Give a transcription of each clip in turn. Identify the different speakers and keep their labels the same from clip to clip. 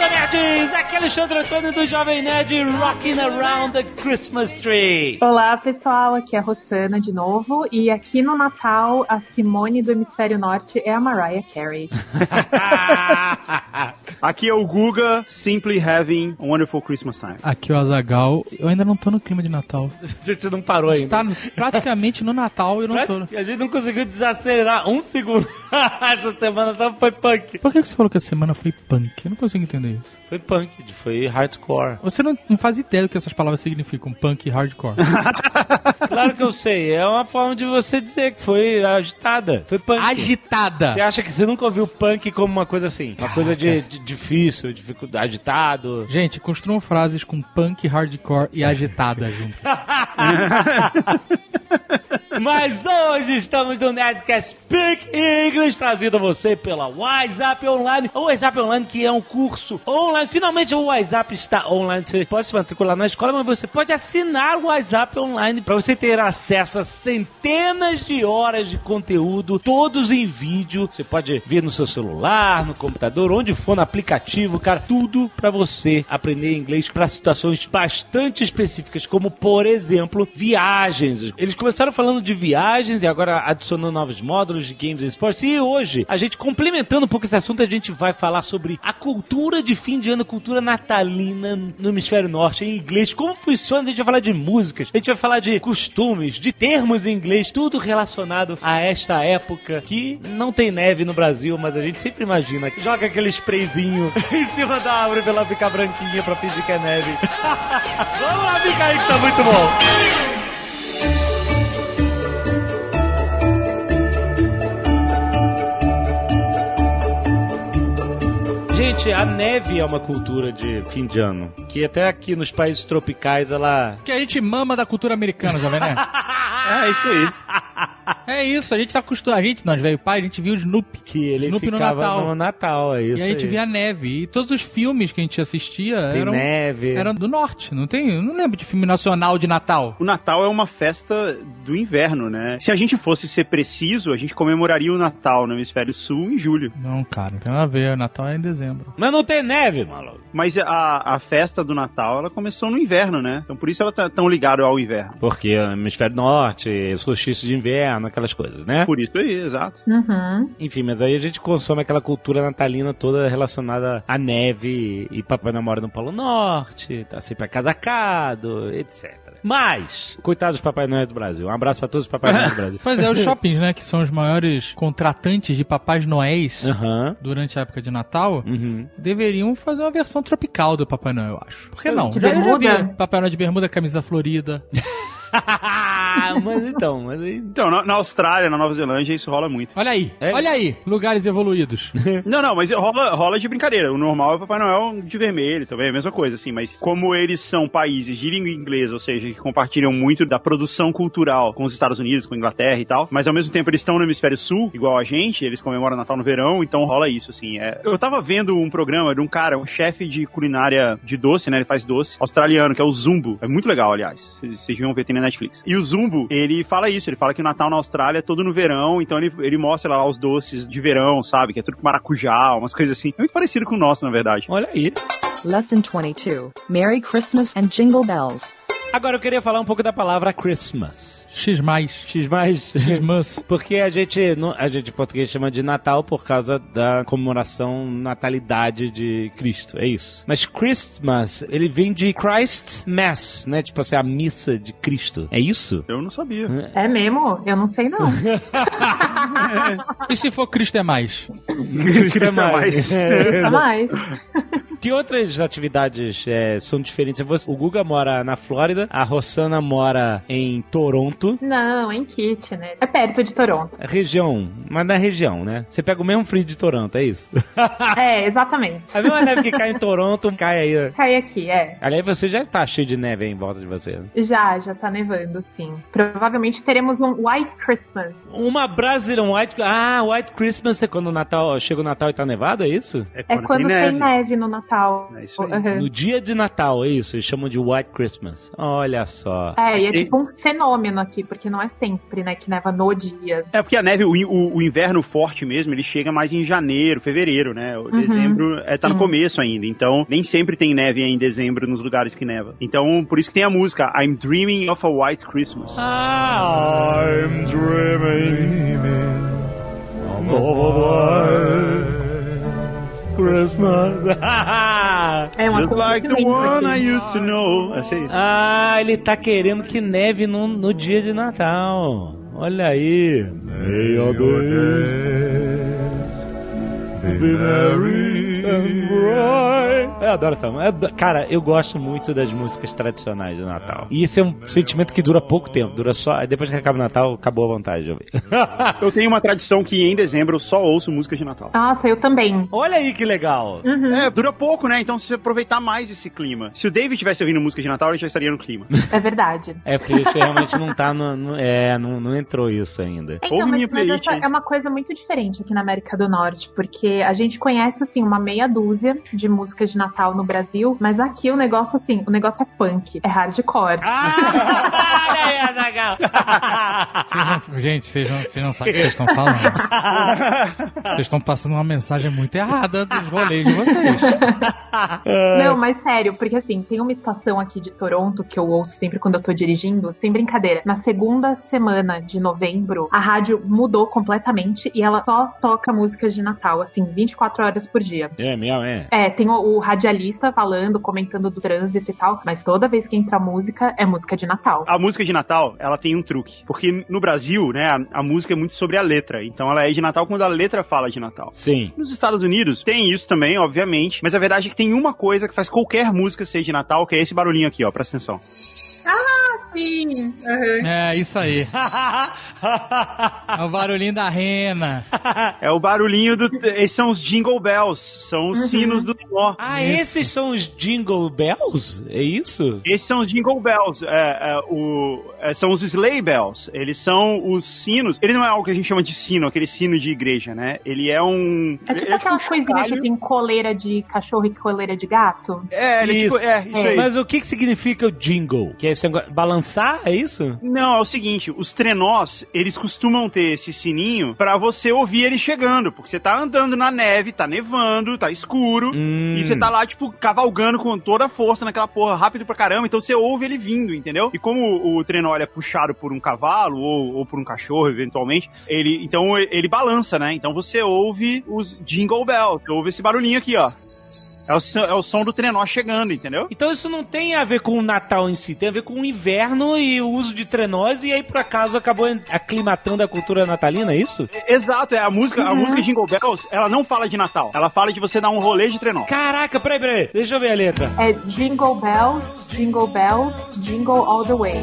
Speaker 1: Nerds! Aqui é Alexandre Antônio do Jovem Nerd Rocking Around the Christmas Tree.
Speaker 2: Olá pessoal, aqui é a Rossana de novo e aqui no Natal a Simone do Hemisfério Norte é a Mariah Carey.
Speaker 3: aqui é o Guga, simply having a wonderful Christmas time.
Speaker 4: Aqui é o Azagal, eu ainda não tô no clima de Natal.
Speaker 1: A gente não parou ainda.
Speaker 4: Tá praticamente no Natal e eu não Prati
Speaker 1: tô. A gente não conseguiu desacelerar um segundo. essa semana tá, foi punk.
Speaker 4: Por que você falou que a semana foi punk? Eu não consigo entender isso.
Speaker 1: Foi punk, foi hardcore.
Speaker 4: Você não, não, faz ideia do que essas palavras significam, punk e hardcore.
Speaker 1: claro que eu sei, é uma forma de você dizer que foi agitada. Foi punk.
Speaker 4: Agitada!
Speaker 1: Você acha que você nunca ouviu punk como uma coisa assim? Uma coisa de, de difícil, dificuldade, agitado.
Speaker 4: Gente, construam frases com punk, hardcore e agitada junto.
Speaker 1: Mas hoje estamos no Nerdcast Speak English, trazido a você pela WhatsApp Online. O WhatsApp Online, que é um curso online. Finalmente o WhatsApp está online. Você pode se matricular na escola, mas você pode assinar o WhatsApp Online para você ter acesso a centenas de horas de conteúdo, todos em vídeo. Você pode ver no seu celular, no computador, onde for, no aplicativo, cara. Tudo para você aprender inglês para situações bastante específicas, como, por exemplo, viagens. Eles começaram falando de viagens e agora adicionando novos módulos de games e esportes. E hoje, a gente complementando um pouco esse assunto, a gente vai falar sobre a cultura de fim de ano, cultura natalina no hemisfério norte, em inglês, como funciona. A gente vai falar de músicas, a gente vai falar de costumes, de termos em inglês, tudo relacionado a esta época que não tem neve no Brasil, mas a gente sempre imagina. Joga aquele sprayzinho em cima da árvore pra ela ficar branquinha pra fingir que é neve. Vamos lá, fica aí que tá muito bom. Gente, a neve é uma cultura de fim de ano. Que até aqui nos países tropicais ela.
Speaker 4: Que a gente mama da cultura americana, jovem, né?
Speaker 3: é, isso aí.
Speaker 4: É isso, a gente tá acostumado. A gente, nós velho pai, a gente viu o Snoopy.
Speaker 1: Que ele
Speaker 4: Snoopy
Speaker 1: ficava
Speaker 4: no Natal.
Speaker 1: No Natal é isso.
Speaker 4: E a gente via a neve. E todos os filmes que a gente assistia
Speaker 1: tem
Speaker 4: eram.
Speaker 1: neve.
Speaker 4: Eram do norte. Não tem. Eu não lembro de filme nacional de Natal.
Speaker 3: O Natal é uma festa do inverno, né? Se a gente fosse ser preciso, a gente comemoraria o Natal no hemisfério sul em julho.
Speaker 4: Não, cara, não tem nada a ver. O Natal é em dezembro.
Speaker 1: Mas não tem neve, maluco.
Speaker 3: Mas a, a festa do Natal, ela começou no inverno, né? Então por isso ela tá tão ligada ao inverno.
Speaker 1: Porque o hemisfério norte, solstício de inverno aquelas coisas, né?
Speaker 3: É Por isso aí, exato.
Speaker 2: Uhum.
Speaker 1: Enfim, mas aí a gente consome aquela cultura natalina toda relacionada à neve e Papai Noel mora no Polo Norte, tá sempre acasacado, etc. Mas, coitados dos Papai Noel do Brasil. Um abraço pra todos os Papai Noel do Brasil.
Speaker 4: pois é, os shoppings, né, que são os maiores contratantes de Papais Noéis
Speaker 1: uhum.
Speaker 4: durante a época de Natal,
Speaker 1: uhum.
Speaker 4: deveriam fazer uma versão tropical do Papai Noel, eu acho. Por que não?
Speaker 2: De bermuda?
Speaker 4: Já vi Papai Noel de bermuda, camisa florida.
Speaker 1: mas então, mas aí...
Speaker 3: Então, na, na, Austrália, na Nova Zelândia, isso rola muito.
Speaker 4: Olha aí, é. olha aí, lugares evoluídos.
Speaker 3: não, não, mas rola, rola de brincadeira. O normal é o Papai Noel de vermelho também, é a mesma coisa, assim. Mas como eles são países de língua inglesa, ou seja, que compartilham muito da produção cultural com os Estados Unidos, com a Inglaterra e tal, mas ao mesmo tempo eles estão no hemisfério sul, igual a gente, eles comemoram Natal no verão, então rola isso, assim. É. Eu tava vendo um programa de um cara, um chefe de culinária de doce, né? Ele faz doce, australiano, que é o Zumbo. É muito legal, aliás. Vocês vão ver, tem na Netflix. E o Zumbo, ele fala isso, ele fala que o Natal na Austrália é todo no verão, então ele, ele mostra lá os doces de verão, sabe? Que é tudo com maracujá, umas coisas assim. É muito parecido com o nosso, na verdade.
Speaker 1: Olha aí.
Speaker 5: Lesson 22. Merry Christmas and Jingle Bells.
Speaker 1: Agora eu queria falar um pouco da palavra Christmas.
Speaker 4: X mais.
Speaker 1: X mais.
Speaker 4: X mais.
Speaker 1: Porque a gente, a gente em português chama de Natal por causa da comemoração natalidade de Cristo. É isso. Mas Christmas, ele vem de Christ Mass, né? Tipo assim, a missa de Cristo. É isso?
Speaker 3: Eu não sabia.
Speaker 2: É mesmo? Eu não sei não.
Speaker 4: e se for Cristo é mais?
Speaker 3: Cristo é mais. Cristo
Speaker 2: é mais.
Speaker 1: Que outras atividades é, são diferentes? Vou, o Guga mora na Flórida, a Rossana mora em Toronto.
Speaker 2: Não, em Kitchener. É perto de Toronto.
Speaker 1: Região, mas na região, né? Você pega o mesmo frio de Toronto, é isso?
Speaker 3: Ah.
Speaker 2: é, exatamente.
Speaker 1: A mesma neve que cai em Toronto, cai aí. né?
Speaker 2: Cai aqui, é.
Speaker 1: Aliás, você já tá cheio de neve aí em volta de você. Né?
Speaker 2: Já, já tá nevando, sim. Provavelmente teremos um White Christmas.
Speaker 1: Uma brasileira, um White... Ah, White Christmas é quando o Natal... Chega o Natal e tá nevado, é isso?
Speaker 2: É quando, é quando tem, neve. neve no Natal. Natal.
Speaker 3: É isso aí.
Speaker 2: Uhum.
Speaker 1: No dia de Natal, é isso. Eles chamam de White Christmas. Olha só.
Speaker 2: É, e é
Speaker 3: E-
Speaker 2: tipo um fenômeno aqui, porque não é sempre, né, que neva no dia.
Speaker 3: É porque a neve, o, in- o- o inverno forte mesmo, ele chega mais em janeiro, fevereiro, né? O
Speaker 2: Uhum.
Speaker 3: Dezembro é, tá no
Speaker 2: Uhum.
Speaker 3: começo ainda, então nem sempre tem neve em dezembro nos lugares que neva. Então, por isso que tem a música I'm Dreaming of a White Christmas.
Speaker 1: Ah,
Speaker 6: I'm dreaming
Speaker 1: Christmas.
Speaker 2: É um
Speaker 3: Just like the one
Speaker 2: acontecimento aqui.
Speaker 3: I used to know. É, Essa aí.
Speaker 1: ah, ele tá querendo que neve no, no dia de Natal. Olha aí.
Speaker 6: May your days be merry and bright.
Speaker 1: Eu adoro essa música. Eu ado- Cara, eu gosto muito das músicas tradicionais de Natal. E isso é um sentimento que dura pouco tempo. Dura só. Depois que acaba o Natal, acabou a vontade de ouvir.
Speaker 3: Eu tenho uma tradição que em dezembro eu só ouço músicas de Natal.
Speaker 2: Nossa, eu também.
Speaker 1: Olha aí que legal.
Speaker 3: É, dura pouco, né? Então se você aproveitar mais esse clima. Se o David tivesse ouvindo música de Natal, ele já estaria no clima.
Speaker 2: É verdade.
Speaker 1: É porque isso realmente não tá no. no- é, não, não entrou isso ainda.
Speaker 3: Ouve
Speaker 2: Então, mas,
Speaker 3: minha
Speaker 2: mas
Speaker 3: playlist,
Speaker 2: essa
Speaker 3: hein?
Speaker 2: é uma coisa muito diferente aqui na América do Norte, porque a gente conhece, assim, uma meia dúzia de músicas de Natal no Brasil, mas aqui o negócio, assim, o negócio é punk, é hardcore.
Speaker 1: Ah, olha aí, Azaghal.
Speaker 4: Vocês não- gente, vocês não, vocês não sabem o que vocês estão falando. Vocês estão passando uma mensagem muito errada dos rolês de vocês.
Speaker 2: Não, mas sério, porque assim, tem uma estação aqui de Toronto que eu ouço sempre quando eu tô dirigindo, sem brincadeira. Na segunda semana de novembro, a rádio mudou completamente e ela só toca músicas de Natal, assim, 24 horas por dia.
Speaker 1: É, meu, é.
Speaker 2: É, tem o, o radialista falando, comentando do trânsito e tal, mas toda vez que entra música, é música de Natal.
Speaker 3: A música de Natal, ela tem um truque. Porque no Brasil, né, a, a música é muito sobre a letra. Então ela é de Natal quando a letra fala de Natal.
Speaker 1: Sim.
Speaker 3: Nos Estados Unidos tem isso também, obviamente, mas a verdade é que tem uma coisa que faz qualquer música ser de Natal, que é esse barulhinho aqui, ó, presta atenção.
Speaker 2: Sim,
Speaker 4: É, isso aí. É o barulhinho da rena.
Speaker 3: É o barulhinho do. Esses são os jingle bells, são
Speaker 2: Uhum.
Speaker 3: os sinos do nó.
Speaker 1: ah,
Speaker 4: Isso.
Speaker 1: esses são os Jingle Bells? É isso?
Speaker 3: Esses são os jingle bells, é, é, o, é, são os sleigh bells, eles são os sinos. Ele não é algo que a gente chama de sino, aquele sino de igreja, né? Ele é um.
Speaker 2: É tipo
Speaker 3: ele
Speaker 2: aquela
Speaker 3: um
Speaker 2: coisinha que
Speaker 3: chocalho.
Speaker 2: tem coleira de cachorro e coleira de gato.
Speaker 3: É, ele
Speaker 1: Isso.
Speaker 3: É, tipo, é, isso aí.
Speaker 1: Mas o que, que significa o jingle? Que é esse negócio- balançar, é isso?
Speaker 3: Não, é o seguinte, os trenós, eles costumam ter esse sininho pra você ouvir ele chegando, porque você tá andando na neve, tá nevando, tá escuro,
Speaker 1: Hum.
Speaker 3: e você tá lá, tipo, cavalgando com toda a força naquela porra, rápido pra caramba, então você ouve ele vindo, entendeu? E como o trenó ele é puxado por um cavalo ou, ou por um cachorro, eventualmente, ele, então ele balança, né? Então você ouve os jingle bell, você ouve esse barulhinho aqui, ó. É o, so- é o som do trenó chegando, entendeu?
Speaker 1: Então isso não tem a ver com o Natal em si, tem a ver com o inverno e o uso de trenós, e aí por acaso acabou en- aclimatando a cultura natalina, é isso?
Speaker 3: Exato, é a música,
Speaker 2: Uhum.
Speaker 3: a música Jingle Bells, ela não fala de Natal, ela fala de você dar um rolê de trenó.
Speaker 1: Caraca, peraí, peraí, deixa eu ver a letra.
Speaker 2: É Jingle Bells, Jingle Bells, Jingle All the Way.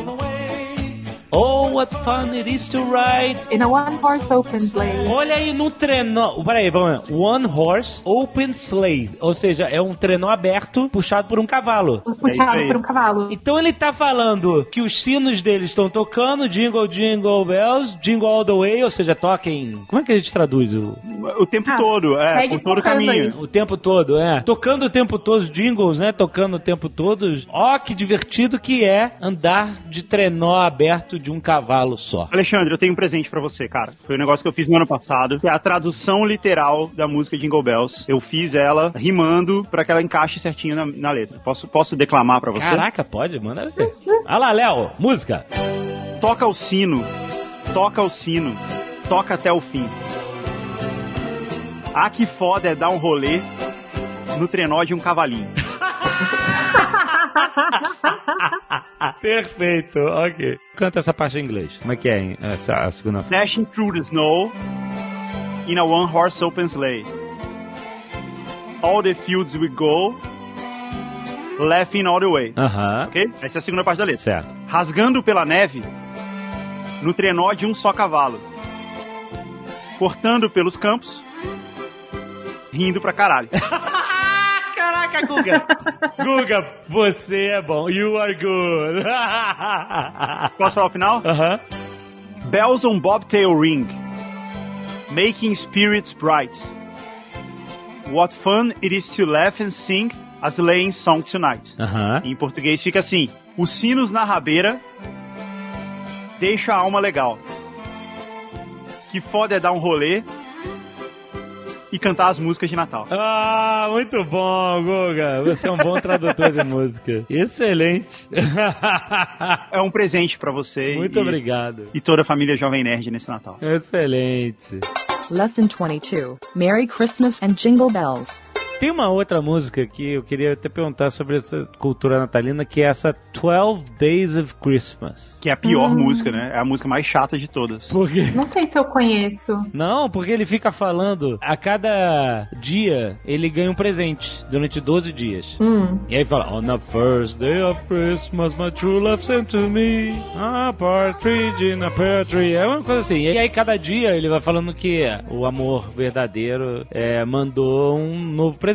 Speaker 1: Oh, what fun it is to ride
Speaker 2: In a one horse open sleigh.
Speaker 1: Olha aí no trenó. Peraí, vamos lá. One horse open sleigh. Ou seja, é um trenó aberto puxado por um cavalo.
Speaker 2: Puxado
Speaker 3: aí.
Speaker 2: por um cavalo.
Speaker 1: Então ele tá falando que os sinos deles estão tocando, jingle, jingle bells, jingle all the way, ou seja, toquem. Como é que a gente traduz o,
Speaker 3: O tempo
Speaker 2: Ah,
Speaker 3: todo, é,
Speaker 2: segue
Speaker 3: por todo o
Speaker 2: tocando
Speaker 3: caminho.
Speaker 1: o tempo todo, é? Tocando o tempo todo, os jingles, né? Tocando o tempo todo. Ó, que divertido que é andar de trenó aberto de um cavalo só.
Speaker 3: Alexandre, eu tenho um presente pra você, cara. Foi um negócio que eu fiz no ano passado, que é a tradução literal da música Jingle Bells. Eu fiz ela rimando pra que ela encaixe certinho na, na letra. Posso, posso declamar pra você?
Speaker 1: Caraca, pode? Manda ver. Olha lá, Léo, música.
Speaker 3: Toca o sino, toca o sino, toca até o fim. Ah, que foda é dar um rolê no trenó de um cavalinho.
Speaker 1: Perfeito, ok. Canta essa parte em inglês. Como é que é, hein? Essa, a segunda frase.
Speaker 3: Flashing through the snow in a one horse open sleigh. All the fields we go, laughing all the way.
Speaker 1: Aham,
Speaker 3: Ok? Essa é a segunda parte da letra.
Speaker 1: certo.
Speaker 3: Rasgando pela neve, no trenó de um só cavalo. Cortando pelos campos, rindo pra caralho.
Speaker 1: Caraca, Guga! Guga, você é bom. You are good. Aham.
Speaker 3: Posso falar o final? Bells on bobtail ring, making spirits bright. What Fun It Is to Laugh and Sing a Sleighing Song Tonight.
Speaker 1: Aham.
Speaker 3: Em português fica assim: Os sinos na rabeira deixa a alma legal. Que foda é dar um rolê e cantar as músicas de Natal.
Speaker 1: Ah, muito bom, Guga. Você é um bom tradutor de música. Excelente.
Speaker 3: É um presente pra você
Speaker 1: muito
Speaker 3: e,
Speaker 1: obrigado.
Speaker 3: e toda a família Jovem Nerd nesse Natal.
Speaker 1: Excelente.
Speaker 5: Lesson 22. Merry Christmas and Jingle Bells.
Speaker 1: Tem uma outra música que eu queria até perguntar sobre essa cultura natalina, que é essa 12 Days of Christmas.
Speaker 3: Que é a pior música, né? É a música mais chata de todas.
Speaker 1: Por quê?
Speaker 2: Não sei se eu conheço.
Speaker 1: Não, porque ele fica falando, a cada dia ele ganha um presente durante 12 dias.
Speaker 2: Hum.
Speaker 1: E aí fala, On the first day of Christmas, my true love sent to me a partridge in a pear tree. É uma coisa assim. E aí cada dia ele vai falando que o amor verdadeiro é, mandou um novo presente.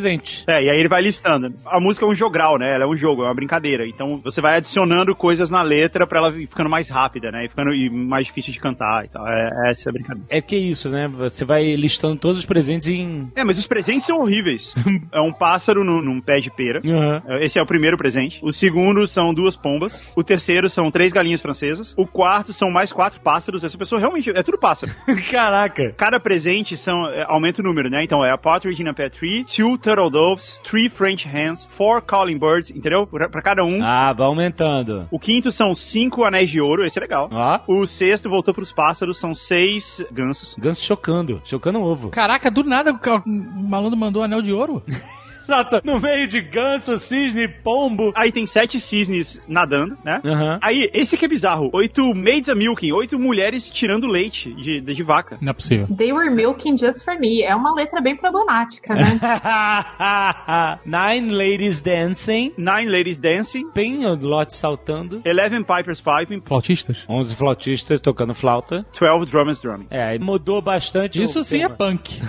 Speaker 3: É, e aí ele vai listando. A música é um jogral, né? Ela é um jogo, é uma brincadeira. Então você vai adicionando coisas na letra pra ela ir ficando mais rápida, né? E ficando e mais difícil de cantar e tal. É, essa é a brincadeira.
Speaker 1: É que é isso, né? Você vai listando todos os presentes em...
Speaker 3: É, mas os presentes são horríveis. é um pássaro num, num pé de pera.
Speaker 1: Aham.
Speaker 3: Esse é o primeiro presente. O segundo são duas pombas. O terceiro são três galinhas francesas. O quarto são mais quatro pássaros. Essa pessoa realmente é tudo pássaro.
Speaker 1: Caraca.
Speaker 3: Cada presente são, é, aumenta o número, né? Então é a partridge in a pear tree, two turtle doves, three French hens, four calling birds, entendeu? Pra, pra cada um.
Speaker 1: Ah, vai aumentando.
Speaker 3: O quinto são cinco anéis de ouro, esse é legal.
Speaker 1: Ó,
Speaker 3: O sexto voltou pros pássaros, são seis gansos.
Speaker 1: ganso chocando, chocando o ovo.
Speaker 4: Caraca, do nada o ca- o malandro mandou anel de ouro?
Speaker 1: Exato, no meio de ganso, cisne, pombo.
Speaker 3: Aí tem sete cisnes nadando, né?
Speaker 1: Aham.
Speaker 3: Aí, esse aqui é bizarro. Oito maids a milking, oito mulheres tirando leite de, de, de vaca.
Speaker 1: Hum.
Speaker 4: Não é possível.
Speaker 2: They were milking just for me. É uma letra bem problemática, né?
Speaker 1: Nine ladies dancing.
Speaker 3: Nine ladies dancing,
Speaker 1: Bem, o lote saltando.
Speaker 3: eleven pipers piping,
Speaker 4: Flautistas?
Speaker 1: Onze flautistas tocando flauta.
Speaker 3: twelve drummers drumming.
Speaker 1: É, aí mudou bastante.
Speaker 4: Isso sim é punk.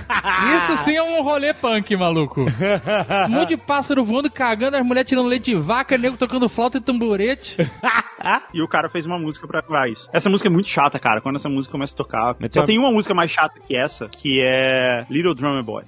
Speaker 4: Isso sim é um rolê punk, maluco. Um monte de pássaro voando, cagando, as mulheres tirando leite de vaca, nego tocando flauta e tamborete.
Speaker 3: E o cara fez uma música pra, pra isso. Essa música é muito chata, cara. Quando essa música começa a tocar.
Speaker 1: Mas tem
Speaker 3: Só
Speaker 1: uma-
Speaker 3: tem uma música mais chata que essa, que é Little Drummer Boy.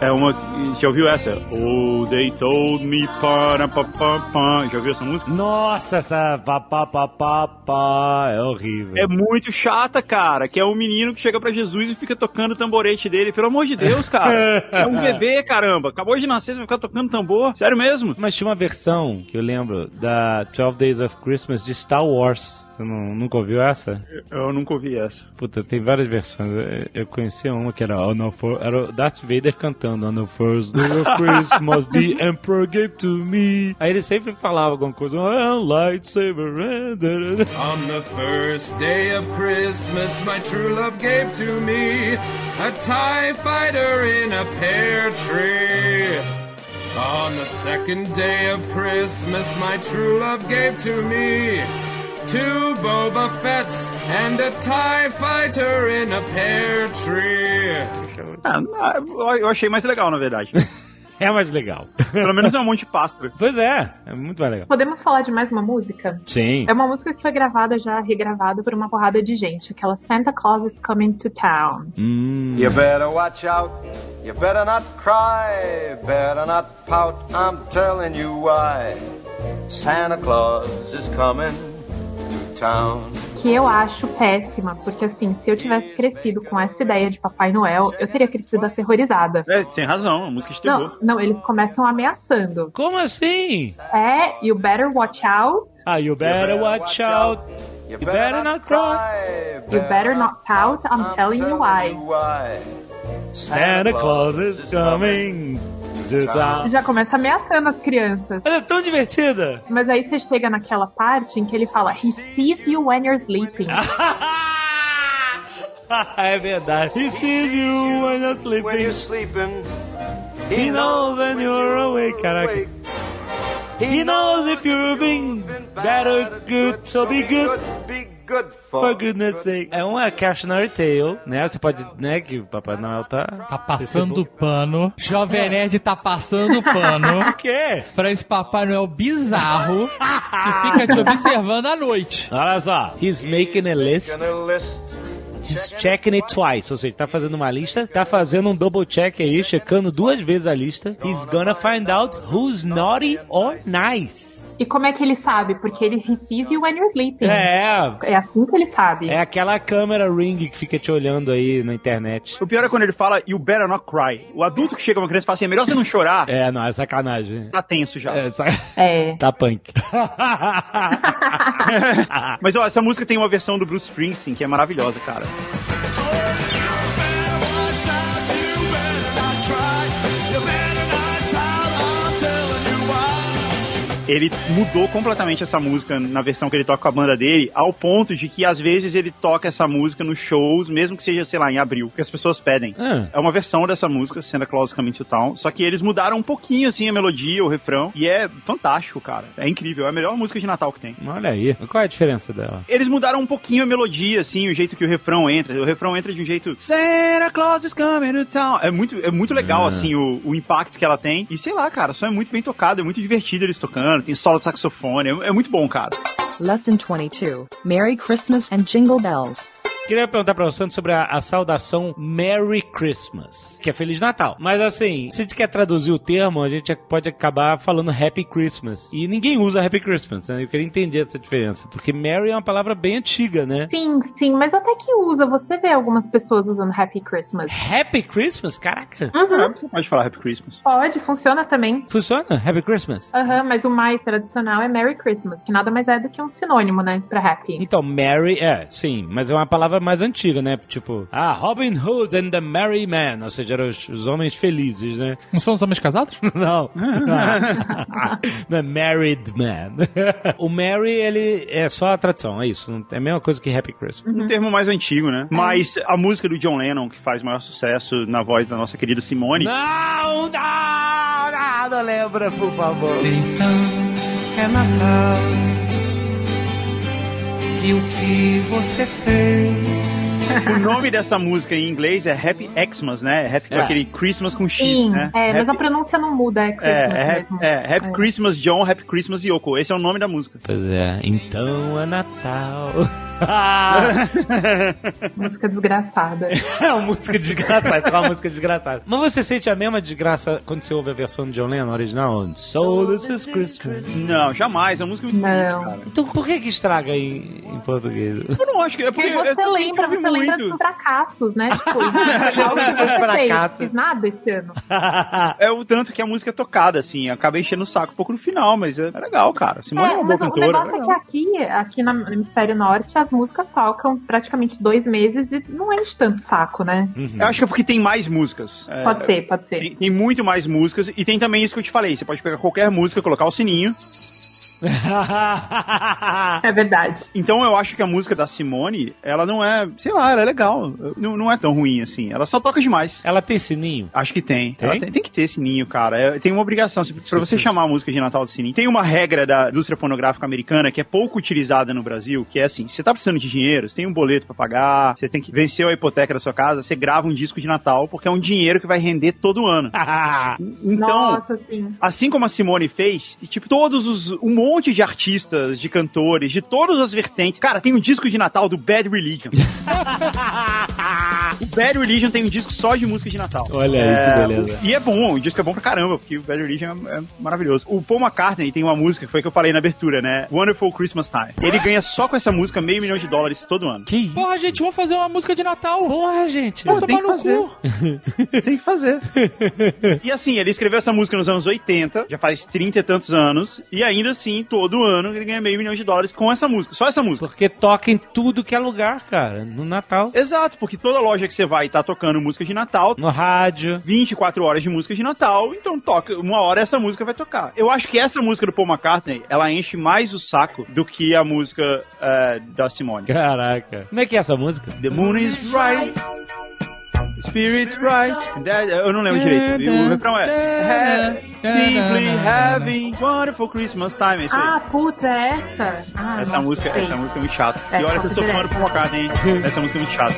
Speaker 3: É uma. que- Já ouviu essa? Oh, they told me. Para, pa, pa, pa. Já ouviu essa música?
Speaker 1: Nossa, essa pá, pá, pá, pá, pá, é horrível.
Speaker 3: É muito chata, cara. Que é um menino que chega pra Jesus e fica tocando o tamborete dele. Pelo amor de Deus, cara. É um bebê, caramba. Acabou de nascer, você vai ficar tocando tambor. Sério mesmo?
Speaker 1: Mas tinha uma versão que eu lembro da 12 Days of Christmas de Star Wars. Você não, nunca ouviu essa?
Speaker 3: Eu nunca ouvi essa.
Speaker 1: Puta, tem várias versões. Eu- Eu conhecia uma que era, on the fir- era o Darth Vader cantando On the first day of Christmas, the Emperor gave to me. Aí ele sempre falava alguma coisa. "Ah, lightsaber. eh, da, da, da."
Speaker 7: On the first day of Christmas, my true love gave to me a TIE fighter in a pear tree. On the second day of Christmas, my true love gave to me two Boba Fetts and a TIE fighter in a pear tree.
Speaker 3: Ah, não, eu achei mais legal, na verdade.
Speaker 1: É mais legal.
Speaker 3: Pelo menos é um monte de pássaro.
Speaker 1: Pois é, é muito mais legal.
Speaker 2: Podemos falar de mais uma música?
Speaker 1: Sim.
Speaker 2: É uma música que foi gravada, já regravada por uma porrada de gente. Aquela Santa Claus is Coming to Town.
Speaker 8: You better watch out. You better not cry. Better not pout. I'm telling you why. Santa Claus is coming to town.
Speaker 2: Que eu acho péssima, porque assim, se eu tivesse crescido com essa ideia de Papai Noel, eu teria crescido aterrorizada.
Speaker 3: É, sem razão, a música de terror.
Speaker 2: Não, não, eles começam ameaçando.
Speaker 1: Como assim?
Speaker 2: É, you better watch out,
Speaker 1: Ah, you better watch out.
Speaker 8: You
Speaker 1: better not cry.
Speaker 8: You
Speaker 2: better not pout. I'm telling you why.
Speaker 1: Santa Claus is coming to town.
Speaker 2: já começa ameaçando as crianças.
Speaker 1: Ela é tão divertida.
Speaker 2: Mas aí você chega naquela parte em que ele fala, he sees you when you're sleeping.
Speaker 1: é verdade. He sees you when you're
Speaker 8: When you're
Speaker 1: sleeping.
Speaker 8: sleeping,
Speaker 1: He knows when you're awake. Caraca. He knows if you're being bad or good, so be good.
Speaker 8: Be good
Speaker 1: For goodness sake. É uma cautionary tale, né? Você pode, né, que o Papai Noel tá...
Speaker 4: Tá passando pano. Jovem Nerd tá passando pano.
Speaker 1: O quê?
Speaker 4: Pra esse Papai Noel bizarro que fica te observando à noite.
Speaker 1: Olha só. He's making a list.
Speaker 8: Making a list.
Speaker 1: He's checking it twice. Ou seja, tá fazendo uma lista, tá fazendo um double check aí, checando duas vezes a lista. He's gonna find out who's naughty or nice.
Speaker 2: E como é que ele sabe? Porque ele he sees you when you're sleeping.
Speaker 1: É,
Speaker 2: É assim que ele sabe.
Speaker 1: é aquela câmera ring que fica te olhando aí na internet.
Speaker 3: O pior é quando ele fala, you better not cry. O adulto que chega pra uma criança e fala assim, é melhor você não chorar.
Speaker 1: É, não, é sacanagem.
Speaker 3: Tá tenso já.
Speaker 1: É, sa-
Speaker 2: É.
Speaker 1: Tá punk.
Speaker 3: Mas ó, essa música tem uma versão do Bruce Springsteen que é maravilhosa, cara. Ele mudou completamente essa música na versão que ele toca com a banda dele, ao ponto de que às vezes ele toca essa música nos shows, mesmo que seja, sei lá, em abril, que as pessoas pedem.
Speaker 1: Ah.
Speaker 3: É uma versão dessa música, Santa Claus Coming to Town, só que eles mudaram um pouquinho assim a melodia, o refrão, e é fantástico, cara. É incrível, é a melhor música de Natal que tem.
Speaker 1: Olha aí. Qual é a diferença dela?
Speaker 3: Eles mudaram um pouquinho a melodia, assim, o jeito que o refrão entra. O refrão entra de um jeito. Santa Claus is coming to town. É muito, é muito legal, assim, o, o impacto que ela tem. E sei lá, cara, só é muito bem tocado, é muito divertido eles tocando. Tem solo de saxofone, é, é muito bom, cara.
Speaker 5: Lesson 22 Merry Christmas and Jingle Bells.
Speaker 1: Queria perguntar pra você sobre a, a saudação Merry Christmas, que é Feliz Natal. Mas assim, se a gente quer traduzir o termo, a gente pode acabar falando Happy Christmas. E ninguém usa Happy Christmas, né? Eu queria entender essa diferença. Porque Merry é uma palavra bem antiga, né?
Speaker 2: Sim, sim, mas até que usa. Você vê algumas pessoas usando Happy Christmas.
Speaker 1: Happy Christmas? Caraca.
Speaker 2: Uhum.
Speaker 3: É, você pode falar Happy Christmas.
Speaker 2: Pode, funciona também.
Speaker 1: Funciona? Happy Christmas?
Speaker 2: Aham,
Speaker 3: né?
Speaker 2: mas o mais tradicional é Merry Christmas, que nada mais é do que um sinônimo, né, pra Happy.
Speaker 1: Então, Merry, é, sim, mas é uma palavra mais antiga, né? Tipo, ah, Robin Hood and the Merry Man, ou seja, eram os, os homens felizes, né?
Speaker 4: Não são os homens casados?
Speaker 1: Não. Não é married man. o Merry, ele é só a tradução, é isso. não- É a mesma coisa que Happy Christmas.
Speaker 2: Uhum.
Speaker 3: Um termo mais antigo,
Speaker 2: É.
Speaker 3: né? Mas a música do John Lennon, que faz maior sucesso na voz da nossa querida Simone.
Speaker 1: Não, não, não, não lembra, por favor.
Speaker 9: Então é Natal. E o que você fez?
Speaker 3: O nome dessa música em inglês é Happy Xmas, né? Happy com
Speaker 1: É.
Speaker 3: aquele Christmas com X,
Speaker 2: Sim,
Speaker 3: né?
Speaker 2: é, mas a
Speaker 3: Happy-
Speaker 2: pronúncia não muda, é
Speaker 3: é,
Speaker 2: Christmas
Speaker 3: é,
Speaker 2: mesmo.
Speaker 3: é, Happy Christmas John, Happy Christmas Yoko. Esse é o nome da música.
Speaker 1: Pois é, então é Natal.
Speaker 2: Ah! Música desgraçada.
Speaker 1: É uma música desgraçada, é uma música desgraçada. Mas você sente a mesma desgraça quando você ouve a versão de John Lennon original? So this is Christmas.
Speaker 3: Não, jamais. É uma música muito bonita,
Speaker 2: Não.
Speaker 3: cara.
Speaker 1: Então por que que estraga em, em português?
Speaker 3: Eu não acho que é porque.
Speaker 2: Porque você
Speaker 3: eu-
Speaker 2: lembra,
Speaker 3: eu vi
Speaker 2: você lembra
Speaker 3: muito.
Speaker 2: dos fracassos, né? Tipo, algo que você fez, não fiz nada esse ano.
Speaker 3: É o tanto que a música é tocada, assim. Acaba enchendo o saco um pouco no final, mas é, é legal, cara. Simone é,
Speaker 2: É,
Speaker 3: uma boa
Speaker 2: mas o
Speaker 3: cantora.
Speaker 2: negócio é
Speaker 3: legal.
Speaker 2: que aqui, aqui na- no Hemisfério Norte, as músicas tocam praticamente dois meses e não enche tanto o saco, né?
Speaker 3: Eu acho que é porque tem mais músicas. É,
Speaker 2: Pode ser, pode ser.
Speaker 3: Tem, tem muito mais músicas. E tem também isso que eu te falei. Você pode pegar qualquer música, colocar o sininho.
Speaker 2: É verdade.
Speaker 3: Então eu acho que a música da Simone, ela não é. Sei lá, ela é legal. Não, não é tão ruim assim. Ela só toca demais.
Speaker 1: Ela tem sininho?
Speaker 3: Acho que tem.
Speaker 1: Tem?
Speaker 3: Ela tem, tem que ter sininho, cara. É, tem uma obrigação. Se, pra você chamar a música de Natal de sininho, tem uma regra da indústria fonográfica americana que é pouco utilizada no Brasil, que é assim: você tá precisando de dinheiro, você tem um boleto pra pagar, você tem que vencer a hipoteca da sua casa, você grava um disco de Natal, porque é um dinheiro que vai render todo ano. Então.
Speaker 2: Nossa, sim.
Speaker 3: Assim como a Simone fez, e tipo, todos os. um monte de artistas, de cantores, de todas as vertentes. Cara, tem um disco de Natal do Bad Religion. o Bad Religion tem um disco só de música de Natal.
Speaker 1: Olha aí, que beleza.
Speaker 3: E é bom, o disco é bom pra caramba, porque o Bad Religion é, é maravilhoso. O Paul McCartney tem uma música que foi que eu falei na abertura, né? Wonderful Christmas Time. Ele ganha só com essa música meio milhão de dólares todo ano.
Speaker 1: Que isso?
Speaker 4: Porra, gente, vamos fazer uma música de Natal. Porra, gente.
Speaker 3: Pô, tem que fazer. tem que fazer. E assim, ele escreveu essa música nos anos 80, já faz 30 e tantos anos, e ainda assim, todo ano ele ganha meio milhão de dólares com essa música, só essa música.
Speaker 1: Porque toca em tudo que é lugar, cara. No Natal,
Speaker 3: Exato, porque toda loja que você vai tá tocando música de Natal,
Speaker 1: no rádio.
Speaker 3: 24 horas de música de Natal, então toca, uma hora essa música vai tocar. Eu acho que essa música do Paul McCartney, ela enche mais o saco do que a música eh, da Simone.
Speaker 1: Caraca. Como é que é essa música?
Speaker 3: The moon is bright. Spirit's bright. and that- Eu não lembro direito. E O refrão é. Simply having wonderful Christmas time. É isso aí.
Speaker 2: Ah, puta, é essa? Ah,
Speaker 3: Essa
Speaker 2: nossa,
Speaker 3: música,
Speaker 2: sei.
Speaker 3: essa música é muito chata.
Speaker 2: É,
Speaker 3: E olha que eu sou fã
Speaker 2: direto.
Speaker 3: do Paul McCartney, hein? Essa música é muito chata.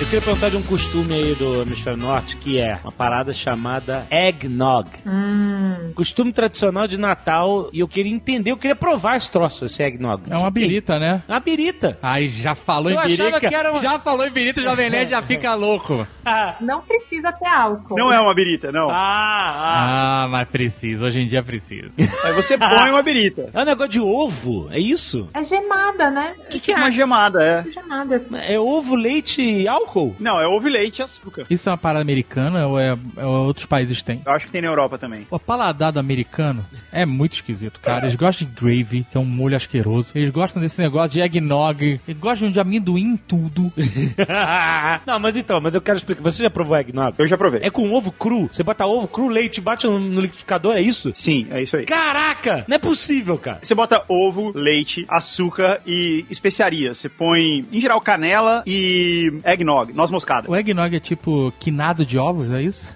Speaker 1: Eu queria perguntar de um costume aí do Hemisfério Norte, que é uma parada chamada eggnog.
Speaker 2: Hum.
Speaker 1: Costume tradicional de Natal, e eu queria entender, eu queria provar esse troço, esse eggnog.
Speaker 4: É uma birita, né?
Speaker 1: Uma birita.
Speaker 4: Ai, já falou
Speaker 1: Eu
Speaker 4: em
Speaker 1: achava
Speaker 4: birita.
Speaker 1: que era um-
Speaker 4: Já falou em birita, o Jovem Nerd já fica louco.
Speaker 1: Ah,
Speaker 2: Não precisa ter álcool.
Speaker 3: Não é uma birita, não.
Speaker 1: ah.
Speaker 4: Ah, mas precisa. Hoje em dia precisa.
Speaker 3: Aí É, você põe uma birita.
Speaker 1: É um negócio de ovo, é isso?
Speaker 2: É gemada, né?
Speaker 3: O que, que é uma gemada, é?
Speaker 2: É gemada.
Speaker 1: É ovo, leite e álcool?
Speaker 3: Não, é ovo, leite e açúcar.
Speaker 4: Isso é uma parada americana ou é, ou outros países têm?
Speaker 3: Eu acho que tem na Europa também.
Speaker 4: O paladar do americano é muito esquisito, cara. Eles gostam de gravy, que é um molho asqueroso. Eles gostam desse negócio de eggnog. Eles gostam de amendoim em tudo.
Speaker 1: Não, mas então, mas eu quero explicar. Você já provou eggnog?
Speaker 3: Eu já provei.
Speaker 1: É com ovo cru. Você bota ovo cru, leite, bate no, no liquidificador, é isso?
Speaker 3: Sim, é isso aí.
Speaker 1: Caraca! Não é possível, cara.
Speaker 3: Você bota ovo, leite, açúcar e especiaria. Você põe, em geral, canela e eggnog, noz moscada.
Speaker 4: O eggnog é tipo quinado de ovos, é isso?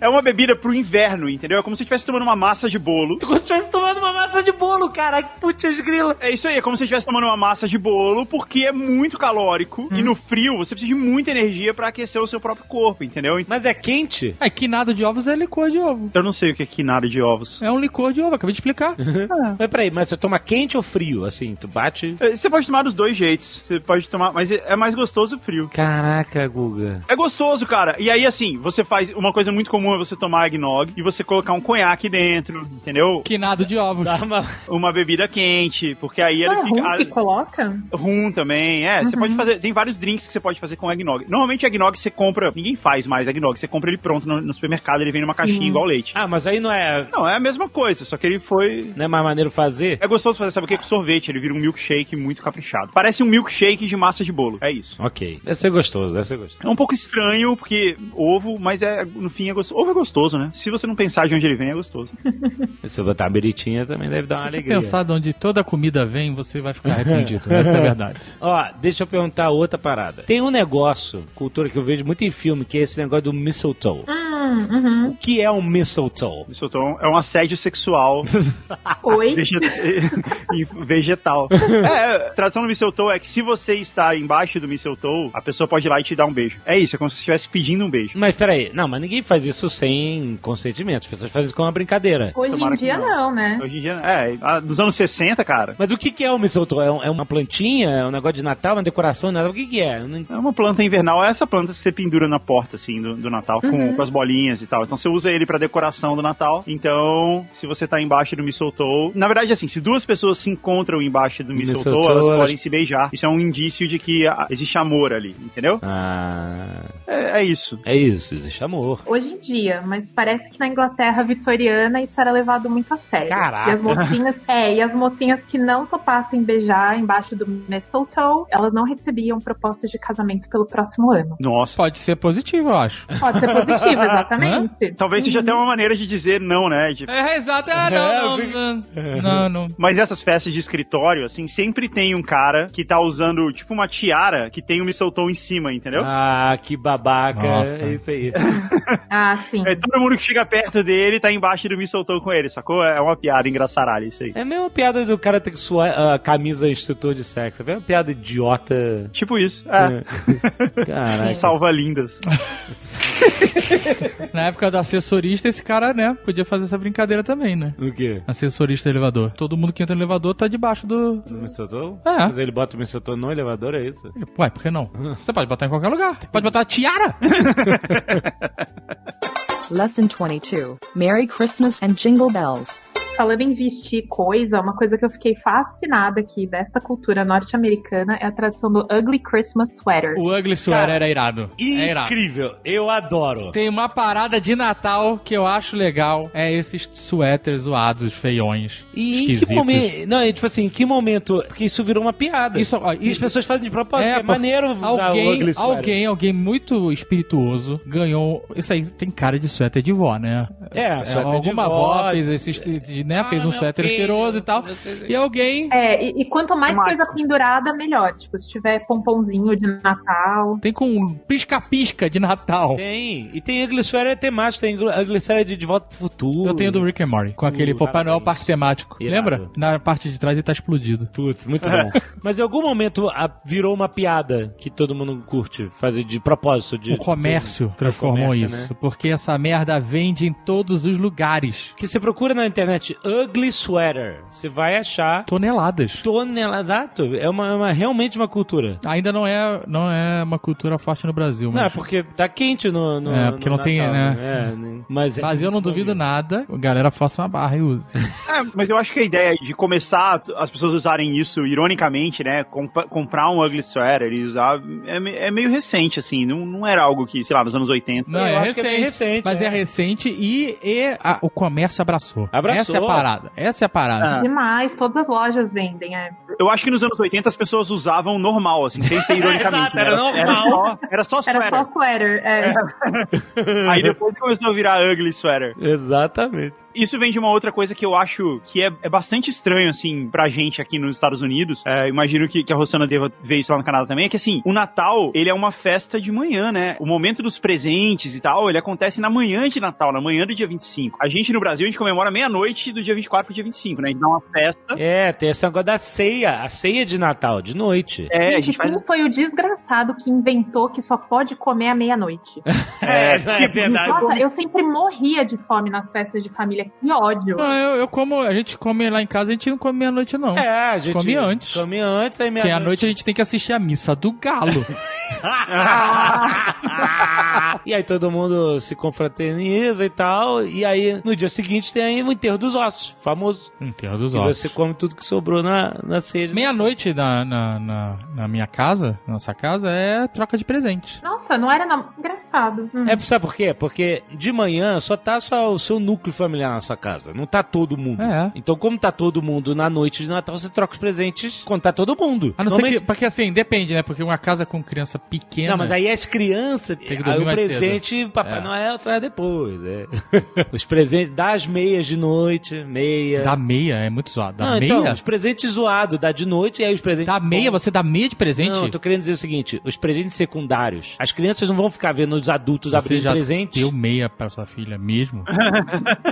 Speaker 3: É uma bebida pro inverno, entendeu? É como se você estivesse tomando uma massa de bolo.
Speaker 1: Tu como se estivesse tomando uma massa de bolo, cara. Que putz grila.
Speaker 3: É isso aí, é como se você estivesse tomando uma massa de bolo, porque é muito calórico
Speaker 1: Hum.
Speaker 3: e no frio você precisa de muita energia pra aquecer o seu próprio corpo, entendeu? Então,
Speaker 1: Mas é quente?
Speaker 4: É, quinado de ovos é licor de ovo.
Speaker 3: Eu não sei o que é quinada de ovos.
Speaker 4: É um licor de ovo, acabei de explicar. Ah,
Speaker 1: Mas peraí, mas você toma quente ou frio? Assim, tu bate.
Speaker 3: É, Você pode tomar dos dois jeitos. Você pode tomar, mas é é mais gostoso frio.
Speaker 1: Caraca, Guga.
Speaker 3: É gostoso, cara. E aí, assim, você faz. Uma coisa muito comum é você tomar eggnog e você colocar um conhaque dentro, entendeu?
Speaker 4: quinado de ovos.
Speaker 1: Dá uma...
Speaker 3: Uma bebida quente, porque aí
Speaker 2: Não
Speaker 3: ele
Speaker 2: é
Speaker 3: fica.
Speaker 2: rum que Uhum.
Speaker 3: ah,
Speaker 2: coloca?
Speaker 3: Rum também, é. Você pode fazer. Tem vários drinks que você pode fazer com eggnog. Normalmente, eggnog você compra. Ninguém faz mais eggnog. Você compra ele pronto no, no supermercado, ele vem numa caixinha igual leite.
Speaker 1: Ah, mas aí não é,
Speaker 3: Não, é a mesma coisa, só que ele foi.
Speaker 1: não é mais maneiro fazer?
Speaker 3: É gostoso fazer, sabe o que? Com sorvete, ele vira um milkshake muito caprichado. Parece um milkshake de massa de bolo. É isso.
Speaker 1: Ok. Deve ser gostoso, deve ser gostoso.
Speaker 3: É um pouco estranho, porque ovo, mas é, no fim é gostoso. Ovo é gostoso, né? Se você não pensar de onde ele vem, é gostoso.
Speaker 1: Se eu botar a biritinha também deve dar uma
Speaker 4: Se você
Speaker 1: alegria.
Speaker 4: pensar de onde toda a comida vem, você vai ficar arrependido. Essa é a verdade.
Speaker 1: Ó, deixa eu perguntar outra parada. Tem um negócio, cultura que eu vejo muito em filme, que é esse negócio do mistletoe.
Speaker 2: Hum, uhum.
Speaker 1: O que é um mistletoe?
Speaker 3: Mistletoe é um assédio sexual
Speaker 2: Oi?
Speaker 3: veget- e vegetal. É, a tradução do mistletoe é que se você está embaixo do mistletoe, a pessoa pode ir lá e te dar um beijo. É isso, é como se estivesse pedindo um beijo.
Speaker 1: Mas peraí, não, mas ninguém faz isso sem consentimento. As pessoas fazem isso com uma brincadeira.
Speaker 2: Hoje
Speaker 3: Tomara
Speaker 2: em
Speaker 3: que
Speaker 2: dia
Speaker 3: não.
Speaker 2: não, né?
Speaker 3: Hoje em dia, é, ah, dos anos 60, cara,
Speaker 1: Mas o que que é o mistletoe? É, um- é uma plantinha? É um negócio de Natal? Uma decoração de Natal? O que que é? Eu não ent-
Speaker 3: é uma planta invernal, é essa planta que você pendura na porta, assim, do, do Natal, com, com as bolinhas e tal. Então você usa ele pra decoração do Natal. Então, se você tá embaixo do mistletoe... Na verdade, assim, se duas pessoas se encontram embaixo do mistletoe,
Speaker 1: Mistletoe,
Speaker 3: elas
Speaker 1: elas-
Speaker 3: podem se beijar. Isso é um indício de que ah, existe amor ali, entendeu?
Speaker 1: Ah,
Speaker 3: É, é isso.
Speaker 1: é isso, existe amor.
Speaker 2: Hoje em dia, mas parece que na Inglaterra vitoriana isso era levado muito a sério.
Speaker 1: Caraca.
Speaker 2: E as mocinhas, é, e as mocinhas que não topassem beijar embaixo do mistletoe, elas não recebiam propostas de casamento pelo próximo ano.
Speaker 3: Nossa.
Speaker 4: Pode ser positivo, eu acho.
Speaker 2: Pode ser positivo, exatamente.
Speaker 3: Talvez seja até uma maneira de dizer não, né? De-
Speaker 4: É, exato. Ah,
Speaker 1: não,
Speaker 4: não,
Speaker 1: não,
Speaker 4: não, não, não.
Speaker 3: Mas essas festas de escritório, assim, sempre tem um cara que tá usando, tipo, uma tiara que tem um mistletoe em cima, entendeu?
Speaker 1: Ah, que babaca.
Speaker 4: Nossa.
Speaker 1: É isso aí.
Speaker 2: Ah, sim.
Speaker 3: É, todo mundo que chega perto dele tá embaixo do mistletoe com ele, sacou? É uma piada engraçaralha isso aí.
Speaker 1: É a mesma piada do cara ter que suar a camisa instrutor de sexo. É a mesma piada idiota.
Speaker 3: Tipo isso. É. um
Speaker 1: Caraca.
Speaker 3: Salva lindas.
Speaker 4: Na época do assessorista, esse cara, né, podia fazer essa brincadeira também, né?
Speaker 1: O quê?
Speaker 4: Assessorista do elevador. Todo mundo que entra no elevador tá debaixo do.
Speaker 1: No Mistletoe?
Speaker 4: É.
Speaker 1: Um Mas ele bota o Mistletoe no elevador, é isso?
Speaker 4: Ué, por que não? Você pode botar em qualquer lugar. Pode botar a tiara!
Speaker 5: Lesson 22. Merry Christmas and Jingle Bells.
Speaker 2: Falando em vestir coisa, uma coisa que eu fiquei fascinada aqui desta cultura norte-americana é a tradição do Ugly Christmas Sweater.
Speaker 4: O Ugly Sweater
Speaker 1: Cara,
Speaker 4: era irado. É irado.
Speaker 1: Incrível. Eu adoro.
Speaker 4: Tem uma parada de Natal que eu acho legal. É esses suéteres zoados, feiões,
Speaker 1: E em que
Speaker 4: esquisitos.
Speaker 1: momento. Não, é tipo assim, em que momento. Porque isso virou uma piada.
Speaker 4: Isso, ó,
Speaker 1: e as
Speaker 4: e-
Speaker 1: pessoas fazem de propósito, que é
Speaker 4: por-
Speaker 1: maneiro usar o
Speaker 4: alguém,
Speaker 1: ugly sweater.
Speaker 4: alguém, alguém muito espirituoso ganhou. Isso aí tem cara de suéter de vó, né?
Speaker 1: É, suéter de
Speaker 4: alguma
Speaker 1: vó. Ah,
Speaker 4: fez esse de né? Fez um suéter asqueroso e tal. E alguém.
Speaker 2: É, e, e quanto mais coisa pendurada, melhor. Tipo, se tiver pomponzinho de Natal.
Speaker 4: Tem com um pisca-pisca de Natal.
Speaker 1: Tem. E tem Anglisfera temática, tem Anglisfera de De Volta pro Futuro.
Speaker 4: Eu tenho do Rick and Morty, com aquele
Speaker 1: Uh,
Speaker 4: Papai Noel
Speaker 1: parabéns.
Speaker 4: parque temático.
Speaker 1: Irado.
Speaker 4: Lembra? Na parte de trás ele tá explodido.
Speaker 1: Putz, muito bom. Mas em algum momento a- virou uma piada que todo mundo curte fazer de propósito. De,
Speaker 4: O comércio transformou
Speaker 1: comércio, né?
Speaker 4: isso. Porque essa merda vende em todos os lugares.
Speaker 1: Que você procura na internet ugly sweater, você vai achar
Speaker 4: Toneladas.
Speaker 1: toneladato. É uma, é uma- realmente uma cultura.
Speaker 4: Ainda não é, não é uma cultura forte no Brasil,
Speaker 1: Não, é
Speaker 4: mas.
Speaker 1: porque tá quente no, no
Speaker 4: É, porque
Speaker 1: no
Speaker 4: não tem,
Speaker 1: Natal,
Speaker 4: né?
Speaker 1: É, né? mas é
Speaker 4: Mas eu não
Speaker 1: muito
Speaker 4: duvido
Speaker 1: bonito.
Speaker 4: nada. A galera faça uma barra e use.
Speaker 3: É, mas eu acho que a ideia de começar as pessoas usarem isso ironicamente, né? compa- comprar um ugly sweater e usar é, me- é meio recente, assim. Não, não era algo que, sei lá, nos anos 80.
Speaker 4: Não,
Speaker 1: Eu
Speaker 4: é
Speaker 1: acho que é
Speaker 4: recente,
Speaker 1: bem recente,
Speaker 4: Mas
Speaker 1: é.
Speaker 4: é, recente e, e a- o comércio abraçou.
Speaker 1: Abraçou.
Speaker 4: Essa é a parada. Essa é a parada.
Speaker 3: Ah.
Speaker 2: Demais, todas as lojas vendem, é.
Speaker 3: Eu acho que nos anos 80 as pessoas usavam normal, assim, sem ser
Speaker 1: Exato,
Speaker 3: ironicamente. né?
Speaker 1: era normal.
Speaker 3: Era só, era só
Speaker 2: Era
Speaker 3: sweater.
Speaker 2: só sweater. É.
Speaker 3: Aí depois começou a virar ugly sweater.
Speaker 1: Exatamente.
Speaker 3: Isso vem de uma outra coisa que eu acho que é, é bastante estranho, assim, pra gente aqui nos Estados Unidos. É, imagino que, que a Rosana deva ver isso lá no Canadá também. É que, assim, o Natal, ele é uma festa de manhã, né? O momento dos presentes e tal, ele acontece na manhã de Natal, na manhã do dia 25. A gente no Brasil, a gente comemora meia-noite do dia 24 pro dia 25, né? A gente dá uma festa.
Speaker 1: É, tem esse negócio da ceia, a ceia de Natal, de noite.
Speaker 3: É, a
Speaker 2: gente,
Speaker 3: gente faz.
Speaker 2: quem foi o desgraçado que inventou que só pode comer à meia-noite?
Speaker 3: É,
Speaker 1: é verdade.
Speaker 2: Nossa, eu sempre morria de fome nas festas de família. Que ódio.
Speaker 4: Não, eu, eu como, a gente come lá em casa, a gente não come meia-noite, não.
Speaker 1: É, a gente
Speaker 4: Come antes.
Speaker 1: Come antes, aí
Speaker 4: Porque à
Speaker 1: meia-noite.
Speaker 4: noite a gente tem que assistir a missa do galo.
Speaker 3: Ah.
Speaker 1: E aí todo mundo se confraterniza e tal. E aí no dia seguinte tem aí o enterro dos ossos, famoso.
Speaker 4: Entendo dos
Speaker 1: E você come tudo que sobrou na, na ceia. de-
Speaker 4: Meia-noite na, na, na, na minha casa, na nossa casa, é troca de presente.
Speaker 2: Nossa, não era na- engraçado. Hum.
Speaker 1: É, sabe por quê? Porque de manhã só tá só o seu núcleo familiar na sua casa. Não tá todo mundo.
Speaker 4: É.
Speaker 1: Então, como tá todo mundo na noite de Natal, você troca os presentes quando tá todo mundo.
Speaker 4: A não ser que.
Speaker 1: Normalmente-
Speaker 4: Porque assim, depende, né? Porque uma casa com criança pequena.
Speaker 1: Não, mas aí as crianças.
Speaker 4: Tem que dormir
Speaker 1: aí o
Speaker 4: mais
Speaker 1: presente, Papai
Speaker 4: É.
Speaker 1: Noel traz depois. é. os presentes das meias de noite, meia.
Speaker 4: Dá meia, é tipo, muito zoado. Dá
Speaker 1: não,
Speaker 4: meia?
Speaker 1: então, os presentes zoados dá de noite e aí os presentes.
Speaker 4: Dá meia? Você dá meia de presente?
Speaker 1: Não, eu tô querendo dizer o seguinte: os presentes secundários. As crianças não vão ficar vendo os adultos
Speaker 4: Você
Speaker 1: abrindo
Speaker 4: já
Speaker 1: presentes.
Speaker 4: deu meia pra sua filha mesmo?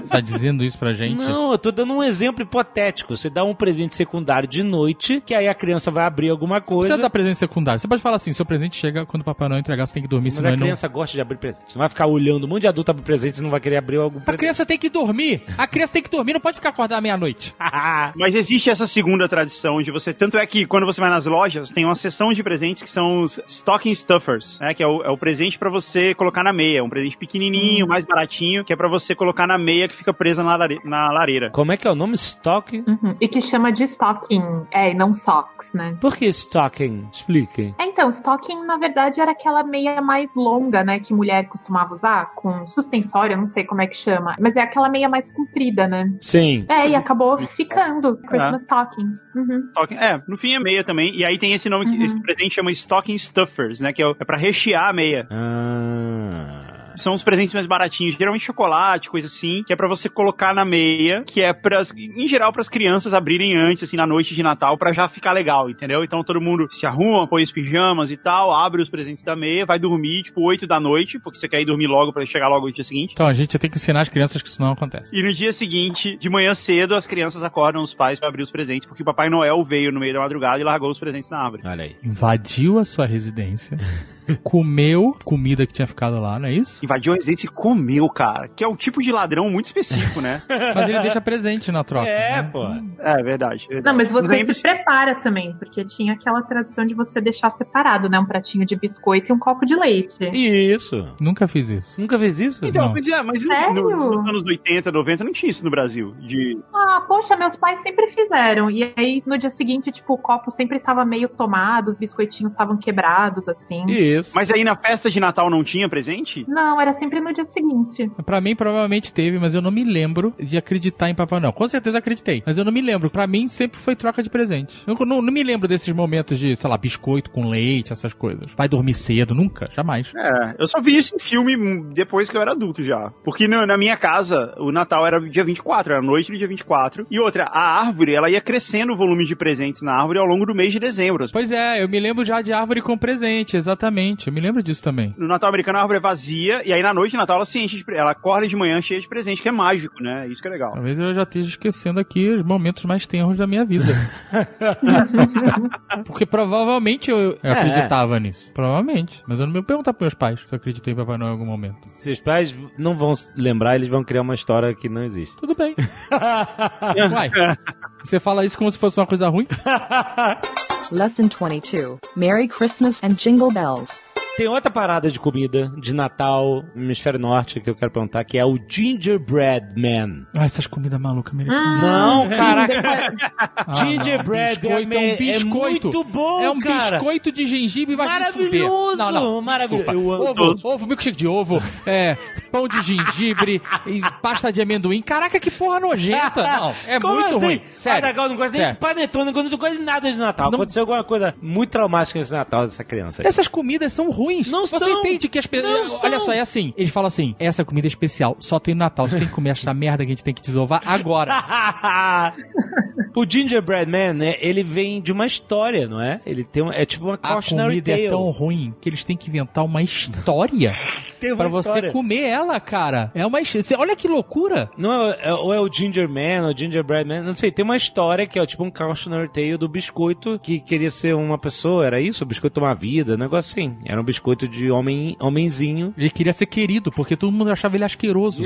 Speaker 4: Você tá dizendo isso pra gente?
Speaker 1: Não, eu tô dando um exemplo hipotético. Você dá um presente secundário de noite, que aí a criança vai abrir alguma
Speaker 4: Você
Speaker 1: coisa.
Speaker 4: dá presente secundário. Você pode falar assim, seu presente chega quando o papai não entregar, você tem que dormir,
Speaker 1: Mas
Speaker 4: senão
Speaker 1: a
Speaker 4: ele não...
Speaker 1: criança gosta de abrir presente. Você não vai ficar olhando um monte de adulto abrir presente e não vai querer abrir algum
Speaker 4: A
Speaker 1: presente.
Speaker 4: criança tem que dormir. A criança tem que dormir, não pode ficar acordada à meia-noite.
Speaker 3: Mas existe essa segunda tradição de você. Tanto é que quando você vai nas lojas, tem uma seção de presentes que são os stocking stuffers, né? Que é o, é o presente pra você colocar na meia. Um presente pequenininho, mais baratinho, que é pra você colocar na meia que fica presa na, lare- na lareira.
Speaker 1: Como é que é o nome? Stock?
Speaker 2: Uhum. E que chama de stocking. É, e não socks, né?
Speaker 1: Por que stocking? Expliquem.
Speaker 2: É, então, stocking, na verdade, era aquela meia mais longa, né, que mulher costumava usar, com suspensório, eu não sei como é que chama, mas é aquela meia mais comprida, né?
Speaker 1: Sim.
Speaker 2: É, e acabou ficando Christmas stockings. Uhum.
Speaker 3: Stocking- É, no fim é meia também. E aí tem esse nome, que-
Speaker 2: Uhum.
Speaker 3: esse presente chama stocking stuffers, né? Que é, o- é para rechear a meia.
Speaker 1: Ah.
Speaker 3: São os presentes mais baratinhos, geralmente chocolate, coisa assim, que é pra você colocar na meia, que é para em geral pras crianças abrirem antes assim na noite de Natal pra já ficar legal, entendeu? Então todo mundo se arruma, põe os pijamas e tal, abre os presentes da meia, vai dormir tipo 8 da noite, porque você quer ir dormir logo pra chegar logo no dia seguinte.
Speaker 4: Então, a gente tem que ensinar as crianças que isso não acontece.
Speaker 3: E no dia seguinte, de manhã cedo, as crianças acordam os pais pra abrir os presentes, porque o Papai Noel veio no meio da madrugada e largou os presentes na árvore.
Speaker 1: Olha aí.
Speaker 4: Invadiu a sua residência, comeu comida que tinha ficado lá, não é isso?
Speaker 3: Invadiu a residência e comeu, cara. Que é um tipo de ladrão muito específico, né?
Speaker 4: Mas ele deixa presente na troca.
Speaker 1: É,
Speaker 4: né?
Speaker 1: pô.
Speaker 3: é verdade. verdade.
Speaker 2: Não, mas você
Speaker 3: Lembra-
Speaker 2: se prepara também, porque tinha aquela tradição de você deixar separado, né, um pratinho de biscoito e um copo de leite.
Speaker 1: Isso.
Speaker 4: Nunca fiz isso.
Speaker 1: Nunca fez isso?
Speaker 3: Então,
Speaker 4: Não.
Speaker 3: mas, é, mas
Speaker 2: Sério?
Speaker 3: no- nos anos 80, 90 não tinha isso no Brasil. De...
Speaker 2: Ah, poxa, meus pais sempre fizeram. E aí, no dia seguinte, tipo, o copo sempre tava meio tomado, os biscoitinhos estavam quebrados, assim.
Speaker 4: isso.
Speaker 3: Mas aí na festa de Natal não tinha presente?
Speaker 2: Não, era sempre no dia seguinte.
Speaker 4: Pra mim, provavelmente teve, mas eu não me lembro de acreditar em Papai Noel. Com certeza acreditei, mas eu não me lembro. Pra mim, sempre foi troca de presente. Eu não, não me lembro desses momentos de, sei lá, biscoito com leite, essas coisas. Vai dormir cedo, nunca, jamais.
Speaker 3: É, eu só vi isso em filme depois que eu era adulto já. Porque na, na minha casa, o Natal era dia 24, era noite do dia 24. E outra, a árvore, ela ia crescendo o volume de presentes na árvore ao longo do mês de dezembro.
Speaker 4: Pois é, eu me lembro já de árvore com presente, exatamente. Eu me lembro disso também.
Speaker 3: No Natal americano, a árvore é vazia, e aí na noite de Natal ela se enche de pre- Ela acorda de manhã cheia de presente, que é mágico, né? Isso que é legal.
Speaker 4: Talvez eu já esteja esquecendo aqui os momentos mais tenros da minha vida. Porque provavelmente eu eu
Speaker 1: É,
Speaker 4: acreditava nisso. Provavelmente. Mas eu não me perguntar pros meus pais se eu acreditei em Papai Noel em algum momento.
Speaker 1: Seus pais não vão se lembrar, eles vão criar uma história que não existe.
Speaker 4: Tudo bem. Uai. Você fala isso como se fosse uma coisa ruim?
Speaker 5: Lesson 22. Merry Christmas and Jingle Bells.
Speaker 1: Tem outra parada de comida de Natal, no hemisfério norte, que eu quero perguntar, que é o Gingerbread Man.
Speaker 4: Ah, essas comidas malucas americanas.
Speaker 1: Não, caraca.
Speaker 4: Ah,
Speaker 1: Gingerbread
Speaker 4: não. Biscoito,
Speaker 1: é, é
Speaker 4: é um biscoito.
Speaker 1: muito bom,
Speaker 4: É um
Speaker 1: cara.
Speaker 4: biscoito de gengibre e vai te fuder.
Speaker 1: Maravilhoso,
Speaker 4: Não, não,
Speaker 1: maravilhoso.
Speaker 4: desculpa.
Speaker 1: Eu amo
Speaker 4: Ovo, ovo, milkshake de ovo, é, pão de gengibre e pasta de amendoim. Caraca, que porra nojenta. Não, é
Speaker 1: Como
Speaker 4: muito
Speaker 1: assim?
Speaker 4: ruim. Sério.
Speaker 1: Azaghal não gosta nem
Speaker 4: Sério.
Speaker 1: de panetone, não gosta de nada de Natal.
Speaker 4: Não-
Speaker 1: Aconteceu alguma coisa muito traumática nesse Natal dessa criança. aí.
Speaker 4: Essas comidas são ruins.
Speaker 1: Não
Speaker 4: Você
Speaker 1: são.
Speaker 4: entende que as
Speaker 1: Não
Speaker 4: pessoas.
Speaker 1: são.
Speaker 4: Olha só, é assim. Eles falam assim: essa comida é especial, só tem no Natal. Você tem que comer essa merda que a gente tem que desovar agora.
Speaker 1: o Gingerbread Man, né, ele vem de uma história, não é? Ele tem um, é tipo uma
Speaker 4: A
Speaker 1: cautionary
Speaker 4: comida
Speaker 1: tale.
Speaker 4: é tão ruim que eles têm que inventar uma história
Speaker 1: Tem uma
Speaker 4: pra você
Speaker 1: história.
Speaker 4: comer ela, cara. É uma história. Olha que loucura.
Speaker 1: Não é, é- ou é o Ginger Man, ou Gingerbread Man, não sei, tem uma história que é tipo um cautionary tale do biscoito que queria ser uma pessoa, era isso? O biscoito uma vida, um negócio assim. Era um biscoito de homem, homenzinho.
Speaker 4: Ele queria ser querido, porque todo mundo achava ele asqueroso.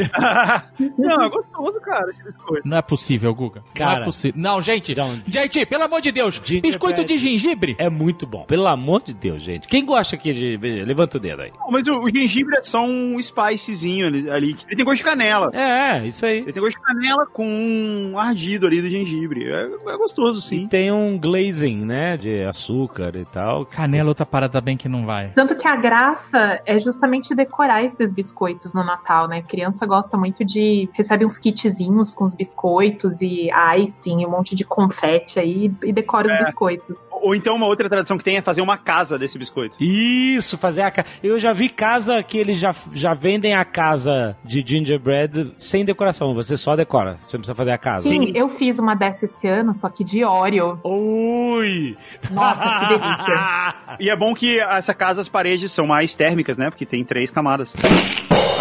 Speaker 3: não, é gostoso, cara, esse biscoito.
Speaker 4: Não é possível, Guga. não
Speaker 1: Cara.
Speaker 4: é possível. Não, gente.
Speaker 1: Não.
Speaker 4: Gente, pelo amor de Deus.
Speaker 1: Gingerbread.
Speaker 4: Biscoito de gengibre?
Speaker 1: É muito bom. Pelo amor de Deus, gente. Quem gosta aqui de. Levanta o dedo aí.
Speaker 3: Não, mas o, o gengibre é só um spicezinho ali, ali. que- Ele tem gosto de canela.
Speaker 1: É, é, isso aí.
Speaker 3: Ele tem gosto de canela com um ardido ali do gengibre. É, é gostoso,
Speaker 1: E
Speaker 3: sim.
Speaker 1: tem um glazing, né? De açúcar e tal.
Speaker 4: Canela, é outra parada bem que não vai.
Speaker 2: Tanto que a graça é justamente decorar esses biscoitos no Natal, né? criança gosta muito de. recebe uns kitzinhos com os biscoitos e icing, um monte de confete aí e decora
Speaker 3: É.
Speaker 2: os biscoitos.
Speaker 3: Ou então uma outra tradição que tem é fazer uma casa desse biscoito.
Speaker 1: Isso, fazer a casa. Eu já vi casa que eles já, já vendem a casa de gingerbread sem decoração. Você só decora. Você não precisa fazer a casa.
Speaker 2: Sim, eu fiz uma dessa esse ano, só que de Oreo.
Speaker 1: Ui!
Speaker 2: Nossa, que delícia.
Speaker 3: E é bom que essa casa, as paredes são mais térmicas, né? Porque tem três camadas.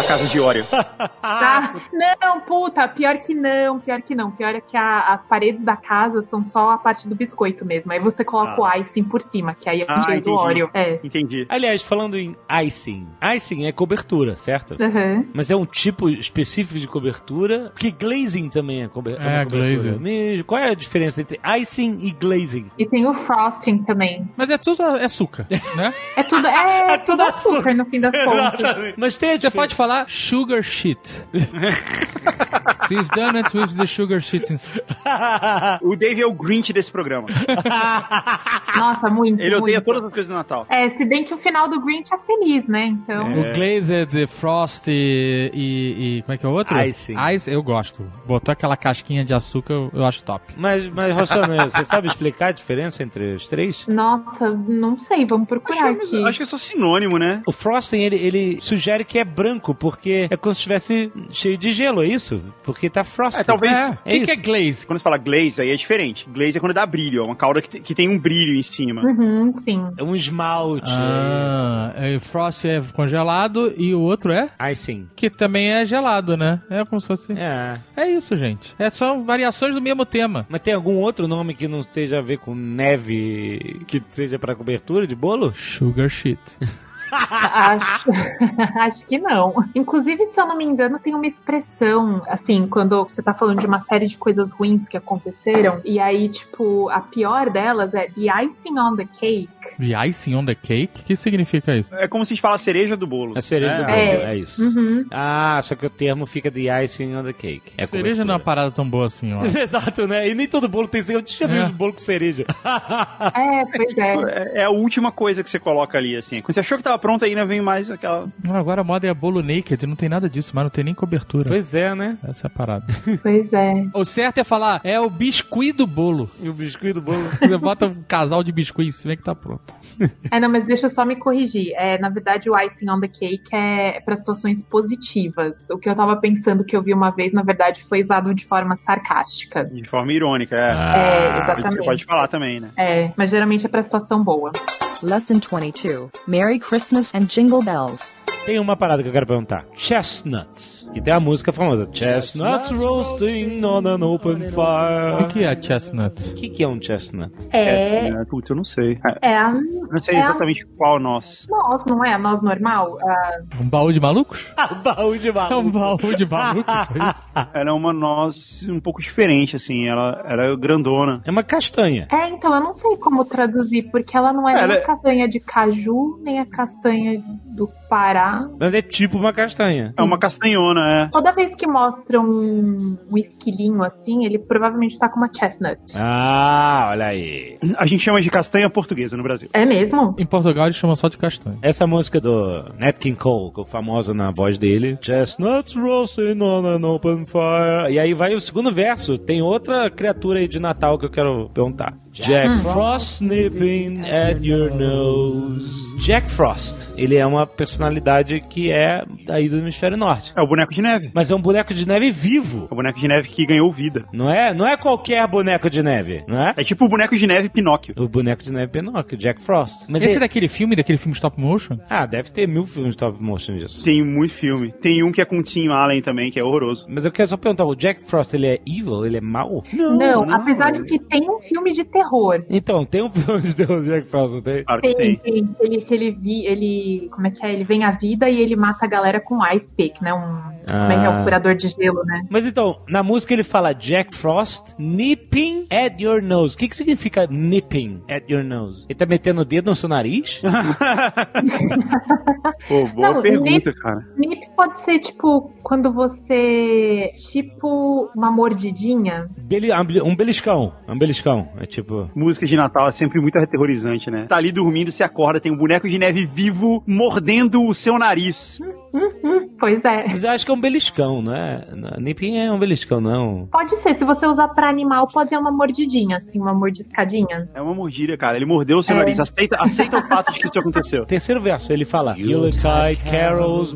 Speaker 3: A casa de Oreo.
Speaker 2: Ah, não, puta, pior que não, pior que não. Pior é que a- as paredes da casa são só a parte do biscoito mesmo. Aí você coloca o icing por cima, que aí é
Speaker 3: Ah,
Speaker 2: cheio do
Speaker 3: entendi.
Speaker 2: Oreo. É.
Speaker 3: Entendi.
Speaker 1: Aliás, falando em icing. Icing é cobertura, certo?
Speaker 2: Aham.
Speaker 1: Mas é um tipo específico de cobertura, porque glazing também é, cobe- uma
Speaker 4: É,
Speaker 1: cobertura.
Speaker 4: glazing.
Speaker 1: Me- Qual é a diferença entre icing e glazing?
Speaker 2: E tem o frosting também.
Speaker 4: Mas é tudo açúcar, né?
Speaker 2: É tudo, é,
Speaker 1: É
Speaker 2: tudo
Speaker 1: tudo açúcar.
Speaker 2: açúcar no fim das contas.
Speaker 1: Mas tem a
Speaker 4: Você
Speaker 1: diferença.
Speaker 4: pode falar sugar shit. These donuts with the sugar shit. ins-
Speaker 3: O Dave é o Grinch desse programa.
Speaker 2: Nossa, muito.
Speaker 3: Ele
Speaker 2: muito.
Speaker 3: odeia todas as coisas do Natal.
Speaker 2: É, se bem que o final do Grinch é feliz, né? Então.
Speaker 4: O glazed, frost e, e- e- Como é que é o outro?
Speaker 1: Icing.
Speaker 4: Ice, eu gosto. Botou aquela casquinha de açúcar, eu, eu acho top.
Speaker 1: Mas, mas Rossana, você sabe explicar a diferença entre os três?
Speaker 2: Nossa, não sei, vamos procurar
Speaker 3: Acho, que-
Speaker 2: aqui.
Speaker 3: acho que é só sinônimo, né?
Speaker 1: O frosting, ele, ele sugere que é branco, porque é como se estivesse cheio de gelo, é isso? Porque tá frosting.
Speaker 3: É, talvez-
Speaker 1: É,
Speaker 4: O que, que
Speaker 1: isso.
Speaker 4: é glaze?
Speaker 3: Quando você fala glaze, aí é diferente. Glaze é quando dá brilho. É uma calda que, te- que tem um brilho em cima.
Speaker 2: Uhum, sim.
Speaker 1: É um esmalte.
Speaker 4: Ah, é, frost é congelado e o outro é?
Speaker 1: é isso. Icing.
Speaker 4: Que também é gelado, né? É como se fosse. É,
Speaker 1: É.
Speaker 4: isso, gente. É só variações do mesmo tema.
Speaker 1: Mas tem algum outro nome que não esteja a ver com neve, que seja pra cobertura de bolo?
Speaker 4: Sugar shit.
Speaker 2: Acho, acho que não. Inclusive, se eu não me engano, tem uma expressão, assim, quando você tá falando de uma série de coisas ruins que aconteceram, e aí, tipo, a pior delas é the icing on the cake.
Speaker 4: de icing on the cake? O que significa isso?
Speaker 3: É como se a gente fala cereja do bolo.
Speaker 1: É cereja do bolo,
Speaker 2: É.
Speaker 1: é isso.
Speaker 2: Uhum.
Speaker 1: Ah, só que o termo fica de icing on the cake. É
Speaker 4: Cereja não é
Speaker 1: cobertura.
Speaker 4: uma parada tão boa assim, ó.
Speaker 1: Exato, né? E nem todo bolo tem cereja. Eu tinha
Speaker 4: É.
Speaker 1: visto bolo com cereja.
Speaker 2: É, pois é.
Speaker 3: É é a última coisa que você coloca ali, assim. Quando você achou que tava pronto, ainda vem mais aquela.
Speaker 4: Não, Agora a moda é bolo naked, não tem nada disso, mas não tem nem cobertura.
Speaker 1: pois é, né?
Speaker 4: Essa é a parada.
Speaker 2: Pois é.
Speaker 4: o certo é falar, é o biscuit do bolo.
Speaker 1: E o biscoito do bolo.
Speaker 4: Você bota um casal de biscuit em cima que tá pronto.
Speaker 2: É, não, mas deixa eu só me corrigir. É, na verdade, o icing on the cake é para situações positivas. O que eu tava pensando que eu vi uma vez, na verdade, foi usado de forma sarcástica.
Speaker 3: De forma irônica, é.
Speaker 2: É,
Speaker 3: Você
Speaker 2: exatamente.
Speaker 3: pode falar também, né?
Speaker 2: É, mas geralmente é pra situação boa.
Speaker 5: Lesson 22 Merry Christmas and Jingle Bells.
Speaker 1: Tem uma parada que eu quero perguntar. Chestnuts. Que tem a música famosa. Chestnuts roasting on an open
Speaker 4: O
Speaker 1: fire.
Speaker 4: que é chestnut?
Speaker 1: O que, que é um chestnut?
Speaker 2: É,
Speaker 3: Essa, né? Putz, eu não sei. Ah,
Speaker 2: é a
Speaker 3: Não sei
Speaker 2: É.
Speaker 3: exatamente qual nós.
Speaker 2: nós, não é? A nós normal? A-
Speaker 4: Um baú de malucos?
Speaker 1: baú de
Speaker 4: É um baú de malucos? é isso?
Speaker 3: Ela é uma noz um pouco diferente, assim. Ela, ela é grandona.
Speaker 1: É uma castanha.
Speaker 2: É, então, eu não sei como traduzir, porque ela não é,
Speaker 3: É,
Speaker 2: nem
Speaker 3: ela-
Speaker 2: a castanha de caju, nem a castanha do Pará.
Speaker 1: Mas é tipo uma castanha.
Speaker 3: É uma castanhona, é.
Speaker 2: Toda vez que mostra um, um esquilinho assim, ele provavelmente tá com uma chestnut.
Speaker 1: Ah, olha aí.
Speaker 3: A gente chama de castanha portuguesa no Brasil.
Speaker 2: É mesmo?
Speaker 4: Em Portugal eles chamam só de castanho.
Speaker 1: Essa música do Nat King Cole, que é famosa na voz dele. Chestnuts roasting on an open fire. E aí vai o segundo verso. Tem outra criatura aí de Natal que eu quero perguntar. Jack Frost nipping at your nose. Jack Frost. Ele é uma personalidade que é aí do hemisfério norte.
Speaker 3: É o boneco de neve.
Speaker 1: Mas é um boneco de neve vivo.
Speaker 3: É o boneco de neve que ganhou vida.
Speaker 1: Não é? Não é qualquer boneco de neve, não é?
Speaker 3: É tipo o boneco de neve Pinóquio.
Speaker 1: O boneco de neve é Pinóquio, Jack Frost. Mas
Speaker 4: Esse é
Speaker 1: ele-
Speaker 4: daquele filme, daquele filme stop motion?
Speaker 1: Ah, deve ter mil filmes top motion disso.
Speaker 3: Tem muito filme. Tem um que é com o Tim Allen também, que é horroroso.
Speaker 1: Mas eu quero só perguntar, o Jack Frost, ele é evil? Ele é mau?
Speaker 2: Não, apesar de que tem um filme de terror.
Speaker 1: Então, tem um filme de terror do Jack Frost, não tem?
Speaker 3: Claro que
Speaker 2: Tem,
Speaker 3: tem.
Speaker 2: tem, tem que ele vi, ele. Como é que é? Ele vem à vida e ele mata a galera com ice pick, né? Um, Como é que é?
Speaker 1: Ah.
Speaker 2: Um furador de gelo, né?
Speaker 1: Mas então, na música ele fala Jack Frost nipping at your nose. O que, que significa nipping at your nose? Ele tá metendo o dedo no seu nariz?
Speaker 3: Pô, boa
Speaker 2: Não,
Speaker 3: pergunta, cara.
Speaker 2: Nip pode ser tipo quando você. Tipo uma mordidinha.
Speaker 1: Beli- um beliscão. Um beliscão. É tipo...
Speaker 3: Música de Natal é sempre muito aterrorizante, né? Tá ali dormindo, se acorda, tem um boneco de neve vivo mordendo o seu nariz.
Speaker 2: Pois é.
Speaker 1: Mas eu acho que é um beliscão, não é? Não, Nipping é um beliscão, não.
Speaker 2: Pode ser, se você usar pra animal, pode ser uma mordidinha, assim, uma mordiscadinha.
Speaker 3: É uma mordida, cara. Ele mordeu o seu nariz. Aceita, aceita o fato de que isso aconteceu.
Speaker 1: Terceiro verso, ele fala Yuletide carols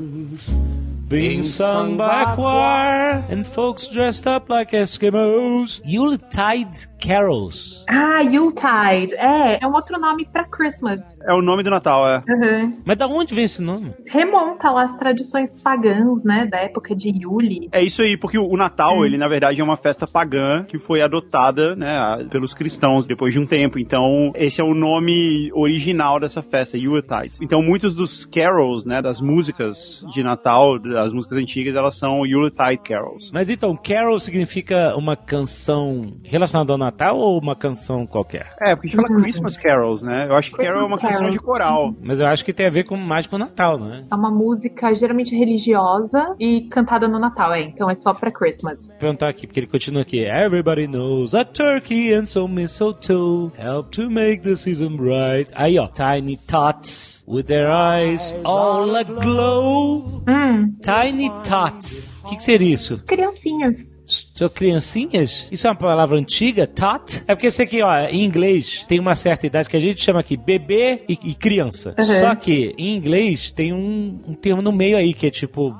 Speaker 1: being sung by a choir and folks dressed up like Eskimos. Yuletide carols.
Speaker 2: Ah, Yuletide. É, é um outro nome pra Christmas.
Speaker 3: É o nome do Natal, é.
Speaker 2: Uhum.
Speaker 1: Mas da onde vem esse nome?
Speaker 2: Remonta lá as tradições pagãs, né, da época de Yule.
Speaker 3: É isso aí, porque o o Natal, ele na verdade é uma festa pagã que foi adotada, né, a- pelos cristãos depois de um tempo. Então, esse é o nome original dessa festa, Yuletide. Então, muitos dos carols, né, das músicas de Natal, das músicas antigas, elas são Yuletide carols.
Speaker 1: Mas então, carol significa uma canção relacionada ao Natal ou uma canção qualquer?
Speaker 3: É, porque a gente fala Christmas carols, né? Eu acho que carol é uma
Speaker 2: Uhum. Christmas
Speaker 3: canção de coral.
Speaker 1: Mas eu acho que tem a ver com, mais com o Natal, né?
Speaker 2: É uma música geralmente religiosa e cantada no Natal, é. Então é só pra Christmas.
Speaker 1: Vou perguntar aqui, porque ele continua aqui. Everybody knows a turkey and some mistletoe help to make the season bright. Aí, ó. Tiny tots with their eyes all aglow.
Speaker 2: Hum,
Speaker 1: Tiny tots. O que, que seria isso?
Speaker 2: criancinhas.
Speaker 1: São criancinhas? Isso é uma palavra antiga? Tot? É porque isso aqui, ó, em inglês tem uma certa idade que a gente chama aqui bebê e, e criança.
Speaker 2: Uhum.
Speaker 1: Só que em inglês tem um, um termo no meio aí que é tipo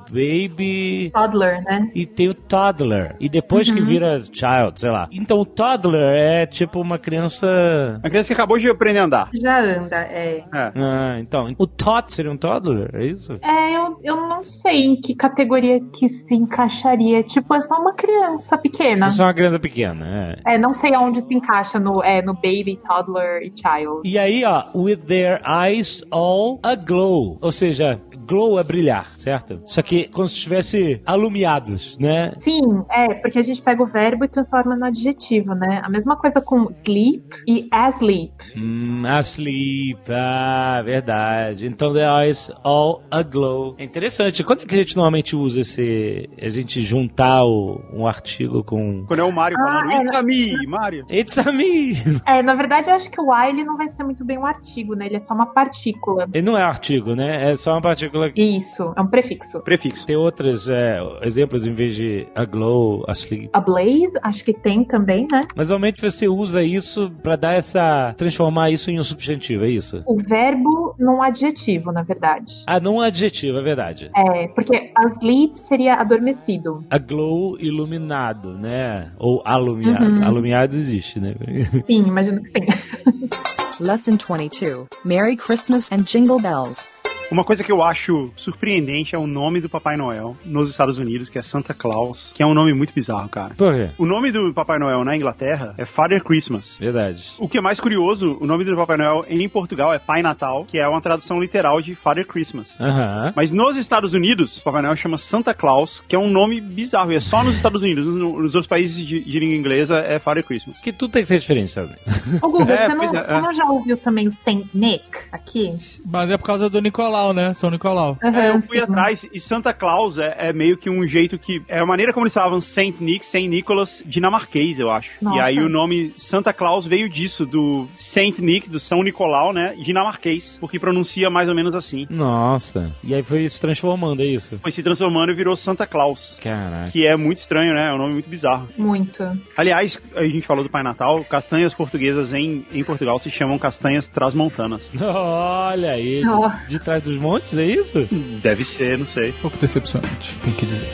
Speaker 1: baby.
Speaker 2: Toddler, né?
Speaker 1: E tem o toddler. E depois que vira child, sei lá. Então o toddler é tipo uma criança.
Speaker 3: A criança que acabou de aprender a andar.
Speaker 2: Já anda, é.
Speaker 3: É.
Speaker 1: Ah, então. O tot seria um toddler? É isso?
Speaker 2: É, eu, eu não sei em que categoria que se encaixaria. Tipo, é só uma criança pequena.
Speaker 1: Isso é uma criança pequena, é.
Speaker 2: É, não sei aonde se encaixa no, é, no baby, toddler e child.
Speaker 1: E aí, ó, with their eyes all aglow. Ou seja, glow é brilhar, certo? Só que como se estivesse alumiados, né?
Speaker 2: Sim, é, porque a gente pega o verbo e transforma no adjetivo, né? A mesma coisa com sleep e asleep.
Speaker 1: Hum, asleep, ah, verdade. Então, the eyes all aglow. É interessante. Quando é que a gente normalmente usa esse... A gente juntar o- um artigo com...
Speaker 3: Quando é o Mário
Speaker 2: Ah,
Speaker 3: falando,
Speaker 2: é.
Speaker 3: Eita, me, Mário.
Speaker 1: It's a me!
Speaker 2: É, na verdade, eu acho que o a ele não vai ser muito bem um artigo, né? Ele é só uma partícula.
Speaker 1: Ele não é artigo, né? É só uma partícula que...
Speaker 2: Isso, é um prefixo.
Speaker 3: Prefixo.
Speaker 1: Tem outros é, exemplos em vez de aglow, asleep.
Speaker 2: A blaze, acho que tem também, né?
Speaker 1: Mas normalmente você usa isso pra dar essa... Transformar isso em um substantivo, é isso?
Speaker 2: O verbo num adjetivo, na verdade.
Speaker 1: Ah, não um adjetivo, é verdade.
Speaker 2: É, porque asleep seria adormecido.
Speaker 1: A glow iluminado, né? Ou alumiado.
Speaker 2: Uhum.
Speaker 1: Alumiado existe, né?
Speaker 2: Sim, imagino que sim.
Speaker 5: Lesson 22. Merry Christmas and Jingle Bells.
Speaker 3: Uma coisa que eu acho surpreendente é o nome do Papai Noel nos Estados Unidos, que é Santa Claus, que é um nome muito bizarro, cara.
Speaker 1: Por quê?
Speaker 3: O nome do Papai Noel na Inglaterra é Father Christmas.
Speaker 1: Verdade.
Speaker 3: O que é mais curioso, o nome do Papai Noel em Portugal é Pai Natal, que é uma tradução literal de Father Christmas.
Speaker 1: Aham.
Speaker 3: Mas nos Estados Unidos, o Papai Noel chama Santa Claus, que é um nome bizarro, e é só nos Estados Unidos. No- Nos outros países de, de língua inglesa é Father Christmas.
Speaker 1: Que tudo tem que ser diferente, sabe?
Speaker 2: Ô, Guga,
Speaker 3: É,
Speaker 2: você, não,
Speaker 3: pois é,
Speaker 2: você
Speaker 3: é.
Speaker 2: não já ouviu também o Saint Nick aqui?
Speaker 4: Mas é por causa do Nicolau, né? São Nicolau.
Speaker 2: Aham,
Speaker 3: É, eu fui
Speaker 2: sim.
Speaker 3: atrás e Santa Claus é, é meio que um jeito que. É a maneira como eles falavam Saint Nick, Saint Nicholas dinamarquês, eu acho. E
Speaker 2: Nossa.
Speaker 3: aí o nome Santa Claus veio disso, do Saint Nick, do São Nicolau, né? Dinamarquês, porque pronuncia mais ou menos assim.
Speaker 1: Nossa. E aí foi se transformando, é isso?
Speaker 3: Foi se transformando e virou Santa Claus.
Speaker 1: Caraca.
Speaker 3: Que é muito estranho, né? É um nome muito bizarro.
Speaker 2: Muito.
Speaker 3: Aliás, a gente falou do Pai Natal, castanhas portuguesas em, em Portugal se chamam castanhas trasmontanas.
Speaker 1: Olha aí.
Speaker 2: Ó.
Speaker 1: De, de trás dos montes, é isso?
Speaker 3: Deve ser, não sei.
Speaker 4: Um pouco decepcionante, tem que dizer.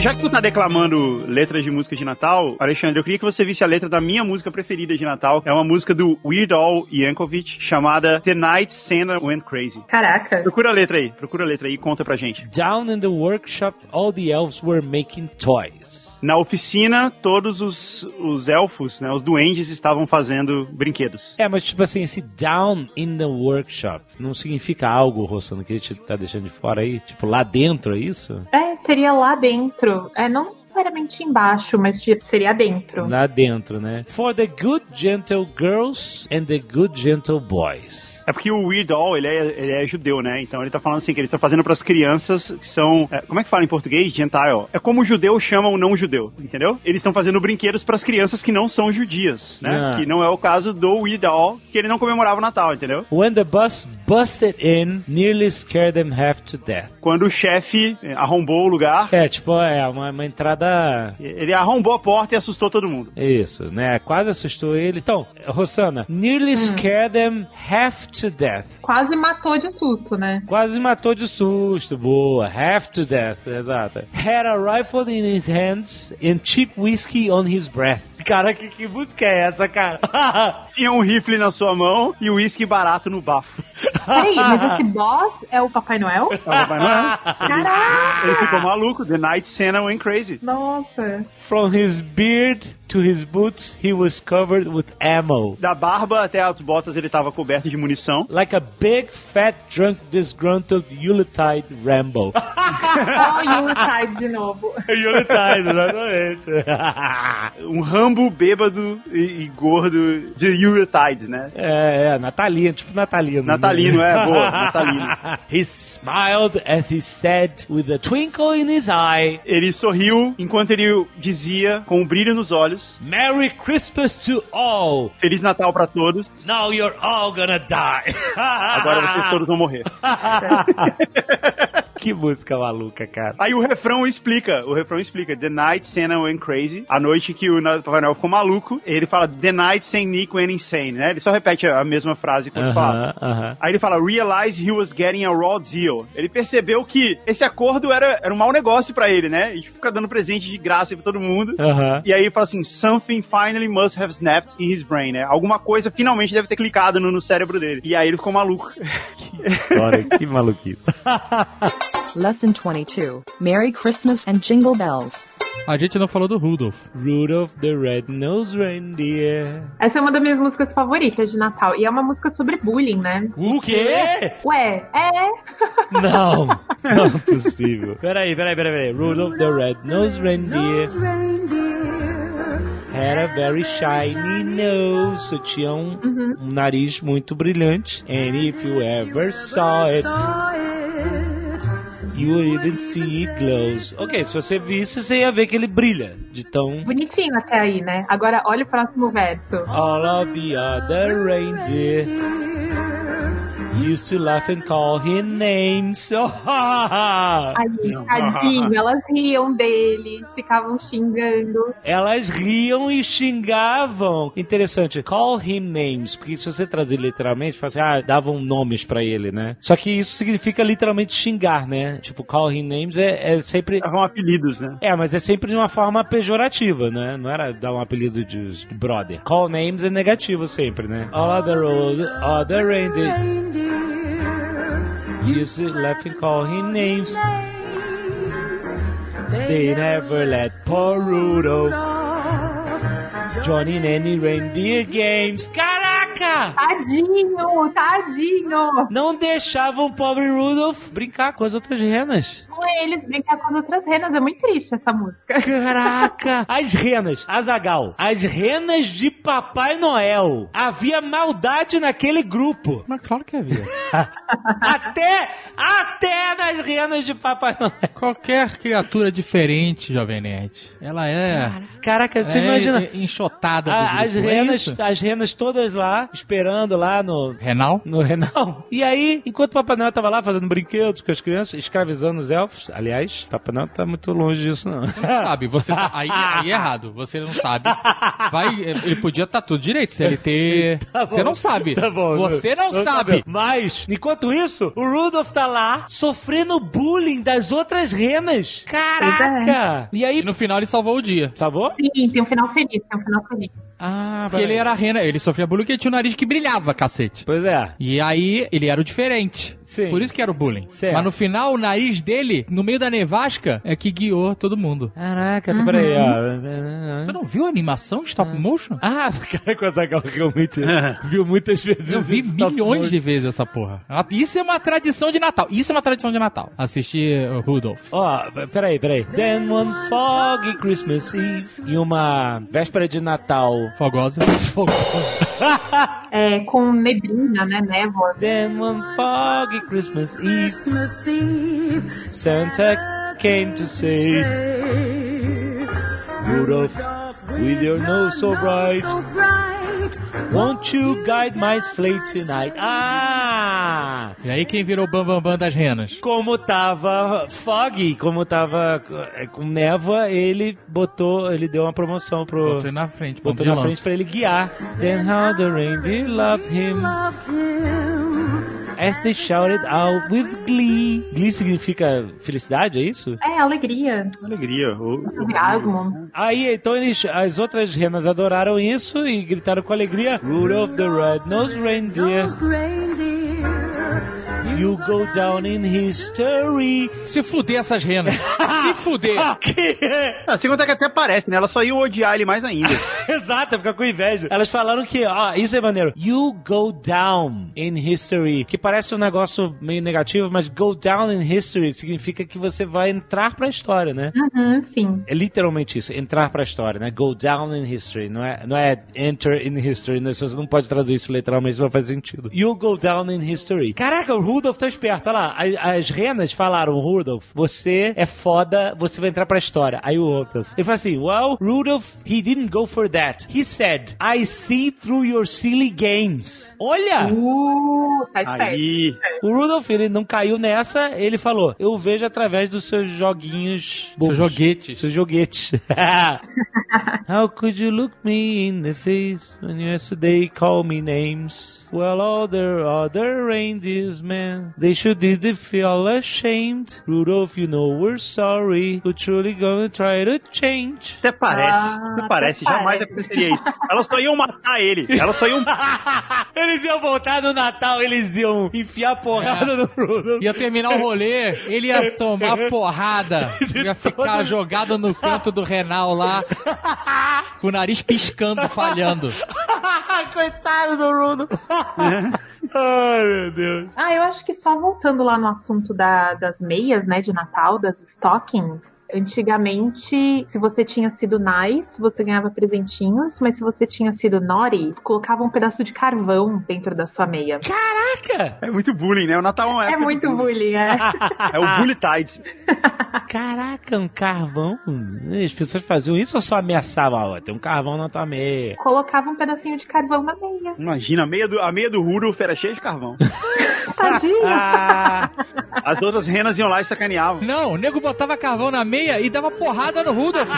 Speaker 3: Já que tu tá declamando letras de música de Natal, Alexandre, eu queria que você visse a letra da minha música preferida de Natal. É uma música do Weird Al Yankovic chamada The Night Santa Went Crazy.
Speaker 2: Caraca.
Speaker 3: Procura a letra aí, procura a letra aí e conta pra gente.
Speaker 1: Down in the workshop, all the elves were making toys.
Speaker 3: Na oficina, todos os, os elfos, né, os duendes estavam fazendo brinquedos.
Speaker 1: É, mas tipo assim, esse down in the workshop não significa algo, Rossano, que a gente tá deixando de fora aí? Tipo, lá dentro, é isso?
Speaker 2: É, seria lá dentro. É, não necessariamente embaixo, mas tipo, seria dentro.
Speaker 1: Lá dentro, né? For the good gentle girls and the good gentle boys.
Speaker 3: É porque o Weird Al, ele é, ele é judeu, né? Então ele tá falando assim, que ele tá fazendo pras crianças que são... é, como é que fala em português? Gentile. É como o judeu chama o não judeu, entendeu? Eles estão fazendo brinquedos pras crianças que não são judias, né?
Speaker 1: Ah.
Speaker 3: Que não é o caso do Weird Al, que ele não comemorava o Natal, entendeu?
Speaker 1: When the bus busted in, nearly scared them half to death.
Speaker 3: Quando o chefe é, arrombou o lugar,
Speaker 1: É, tipo, é uma, uma entrada.
Speaker 3: ele arrombou a porta e assustou todo mundo.
Speaker 1: é Isso, né? Quase assustou ele. Então, Rosana, nearly scared them half to death.
Speaker 2: Quase matou de susto, né?
Speaker 1: Quase matou de susto, boa. Half to death, exato. Had a rifle in his hands and cheap whiskey on his breath. Caraca, que, que música é essa, cara?
Speaker 3: Tinha um rifle na sua mão e o uísque barato no bafo.
Speaker 2: Peraí, mas esse boss é o Papai Noel?
Speaker 3: Ah, Papai Noel,
Speaker 2: Caraca!
Speaker 3: ele ficou maluco. The Night Santa went crazy.
Speaker 2: Nossa.
Speaker 1: From his beard to his boots, he was covered with ammo.
Speaker 3: Da barba até as botas ele tava coberto de munição.
Speaker 1: Like a big, fat, drunk, disgruntled Yuletide Rambo.
Speaker 2: Olha o Yuletide um de novo.
Speaker 1: Yuletide, exatamente.
Speaker 3: um Rambo bêbado e, e gordo de Yuletide, né?
Speaker 1: é, é, Natalino, tipo Natalino.
Speaker 3: Natalino, é, boa, natalino.
Speaker 1: He smiled as he said, with a twinkle in his eye,
Speaker 3: Ele sorriu enquanto ele dizia, com um brilho nos olhos,
Speaker 1: Merry Christmas to all!
Speaker 3: Feliz Natal pra todos,
Speaker 1: Now you're all gonna die!
Speaker 3: agora vocês todos vão morrer.
Speaker 1: Que música maluca, cara.
Speaker 3: Aí o refrão explica, o refrão explica, The Night Santa went crazy, a noite que o Na- Papai Noel ficou maluco, ele fala The Night Saint Nick went insane, né? Ele só repete a mesma frase quando fala.
Speaker 1: aham.
Speaker 3: Aí ele fala, realize he was getting a raw deal. Ele percebeu que esse acordo era, era um mau negócio pra ele, né? E tipo, fica dando presente de graça pra todo mundo.
Speaker 1: Aham.
Speaker 3: E aí fala assim, something finally must have snapped in his brain, né? Alguma coisa finalmente deve ter clicado no, no cérebro dele. E aí ele ficou maluco.
Speaker 1: Olha, que maluquice.
Speaker 5: Lesson 22 Merry Christmas and Jingle Bells.
Speaker 4: A gente não falou do Rudolph.
Speaker 1: Rudolph the Red-Nosed Reindeer.
Speaker 2: Essa é uma das minhas músicas favoritas de Natal. E é uma música sobre bullying, né?
Speaker 1: O quê?
Speaker 2: Ué, é.
Speaker 1: Não, não é possível. Peraí, peraí, peraí, peraí. Rudolph the Red-Nosed Reindeer had a very shiny nose. So tinha um, um nariz muito brilhante. And if you ever saw it, you would even see it glows. Ok, se você visse, você ia ver que ele brilha. De tão...
Speaker 2: Bonitinho até aí, né? Agora olha o próximo verso.
Speaker 1: All of the other reindeer used to laugh and call him names. Oh,
Speaker 2: Aí, tadinho, elas riam dele, ficavam xingando.
Speaker 1: Elas riam e xingavam. Interessante. Call him names. Porque se você traduzir literalmente, fala assim, ah, davam nomes pra ele, né? Só que isso significa literalmente xingar, né? Tipo, call him names é, é sempre.
Speaker 3: Estavam apelidos, né?
Speaker 1: É, mas é sempre de uma forma pejorativa, né? Não era dar um apelido de, de brother. Call names é negativo sempre, né? All other road, other reindeer. Used to laugh and call him names. They never let poor Rudolph join in any reindeer games. Caraca!
Speaker 2: Tadinho, tadinho.
Speaker 1: Não deixavam o pobre Rudolph brincar com as outras renas.
Speaker 2: Com eles brincar com as outras renas. É muito triste essa música.
Speaker 1: Caraca! As renas, Azagal, as renas de Papai Noel. Havia maldade naquele grupo.
Speaker 4: Mas claro que havia.
Speaker 1: Até, até nas renas de Papai Noel.
Speaker 4: Qualquer criatura diferente, Jovem Nerd, ela é,
Speaker 1: Caraca, você
Speaker 4: é
Speaker 1: imagina.
Speaker 4: en- enxotada. do
Speaker 1: a- as,
Speaker 4: grupo, é
Speaker 1: renas, tá-
Speaker 4: isso?
Speaker 1: as renas todas lá, esperando lá no,
Speaker 4: Renal?
Speaker 1: No Renal. E aí, enquanto o Papai Noel tava lá fazendo brinquedos com as crianças, escravizando os elfos, aliás, o Papai Noel tá muito longe disso, não.
Speaker 4: Não sabe, você tá- aí, aí é errado, você não sabe. Vai, ele podia estar tudo direito, CLT.
Speaker 1: Tá bom.
Speaker 4: você não sabe.
Speaker 1: Tá bom.
Speaker 4: você não, sabe.
Speaker 1: Mas, enquanto isso, o Rudolph tá lá sofrendo bullying das outras renas. Caraca! E
Speaker 4: E
Speaker 1: aí,
Speaker 4: no final ele salvou o dia.
Speaker 1: salvou?
Speaker 2: Sim, tem um final feliz, tem um final feliz.
Speaker 4: Ah, porque ele era rena, ele sofria bullying porque ele tinha o nariz que brilhava, cacete.
Speaker 1: Pois é.
Speaker 4: E aí ele era o diferente.
Speaker 1: Sim.
Speaker 4: Por isso que era o bullying.
Speaker 1: Certo.
Speaker 4: Mas no final, o nariz dele, no meio da nevasca, é que guiou todo mundo.
Speaker 1: Caraca, uhum. peraí,
Speaker 4: Você
Speaker 1: ó.
Speaker 4: não viu a animação stop motion?
Speaker 1: Ah, cara, que o Azaghal realmente viu muitas vezes.
Speaker 4: É. Eu vi
Speaker 1: esse stop
Speaker 4: milhões
Speaker 1: motion.
Speaker 4: de vezes essa porra. Isso é uma tradição de Natal. Isso é uma tradição de Natal. Assistir uh, Rudolph.
Speaker 1: Ó, peraí, peraí. Then one foggy Christmas Eve. Em uma véspera de Natal.
Speaker 4: Fogosa.
Speaker 2: É, com neblina, né? Névoa.
Speaker 1: Then one foggy Christmas Eve. Santa came to say, Rudolph, with your nose so bright, won't you guide my sleigh tonight? Ah!
Speaker 4: E aí quem virou o bam, bam, bam das renas?
Speaker 1: Como tava foggy, como tava eh, com névoa, ele botou, ele deu uma promoção pro...
Speaker 4: Botei na frente,
Speaker 1: Botou
Speaker 4: ponto de
Speaker 1: na
Speaker 4: lança.
Speaker 1: frente pra ele guiar. Then how the reindeer loved him. As they shouted out with glee. Glee significa felicidade, é isso?
Speaker 2: É, alegria,
Speaker 3: Alegria. O,
Speaker 2: entusiasmo.
Speaker 1: Aí, então, eles, as outras renas adoraram isso e gritaram com alegria: Rudolph the Red-Nosed Reindeer. You go down in history.
Speaker 4: Se fuder essas renas. Se fuder.
Speaker 1: Que é?
Speaker 3: Ah, sem contar que até parece, né? Ela só ia odiar ele mais ainda.
Speaker 1: Exato, fica com inveja. Elas falaram que, ah, isso é maneiro. You go down in history. Que parece um negócio meio negativo, mas go down in history significa que você vai entrar pra história, né?
Speaker 2: Uhum, sim.
Speaker 1: É literalmente isso, entrar pra história, né? Go down in history, não é, não é enter in history, né? Se Você não pode traduzir isso literalmente, não faz sentido. You go down in history. Caraca, o Rudolph tá esperto, olha lá. As, as renas falaram, Rudolph, você é foda, você vai entrar pra história. Aí o Rudolph, ele fala assim, well, Rudolph, he didn't go for that. He said, I see through your silly games. Olha!
Speaker 2: Uh, tá esperto.
Speaker 3: Aí.
Speaker 1: O Rudolph, ele não caiu nessa, ele falou: Eu vejo através dos seus joguinhos.
Speaker 4: Seus
Speaker 1: bobos."
Speaker 4: joguetes.
Speaker 1: Seus joguetes. How could you look me in the face when yesterday called me names? Well, all the other reindeers, man, they should did feel ashamed. Rudolph, you know we're sorry. We're truly gonna try to change.
Speaker 3: Até parece.
Speaker 2: Ah,
Speaker 3: até parece.
Speaker 2: até
Speaker 3: Jamais
Speaker 2: parece.
Speaker 3: aconteceria isso. Elas só iam matar ele. Elas só um iam...
Speaker 1: eles iam voltar no Natal, eles iam enfiar porrada no Rudolph.
Speaker 4: Ia terminar o rolê, ele ia tomar porrada. Ia ficar jogado no canto do renal lá, com o nariz piscando, falhando.
Speaker 1: Coitado do Rudolph. Ai, meu Deus.
Speaker 2: Ah, eu acho que só voltando lá no assunto da- das meias, né, de Natal, das stockings. Antigamente, se você tinha sido nice, você ganhava presentinhos, mas se você tinha sido naughty, colocava um pedaço de carvão dentro da sua meia.
Speaker 1: Caraca!
Speaker 3: É muito bullying, né? O Natal é uma
Speaker 2: É
Speaker 3: época de
Speaker 2: muito
Speaker 3: bullying.
Speaker 2: bullying, é.
Speaker 3: É o bully tides.
Speaker 1: Caraca, um carvão. As pessoas faziam isso ou só ameaçavam? Ó, tem um carvão na tua meia.
Speaker 2: Colocava um pedacinho de carvão na meia.
Speaker 3: Imagina, a meia do, a meia do Rudolph era cheia de carvão.
Speaker 2: Tadinho.
Speaker 1: Ah,
Speaker 3: As outras renas iam lá e sacaneavam.
Speaker 4: Não, o nego botava carvão na meia e dava porrada no Rudolf.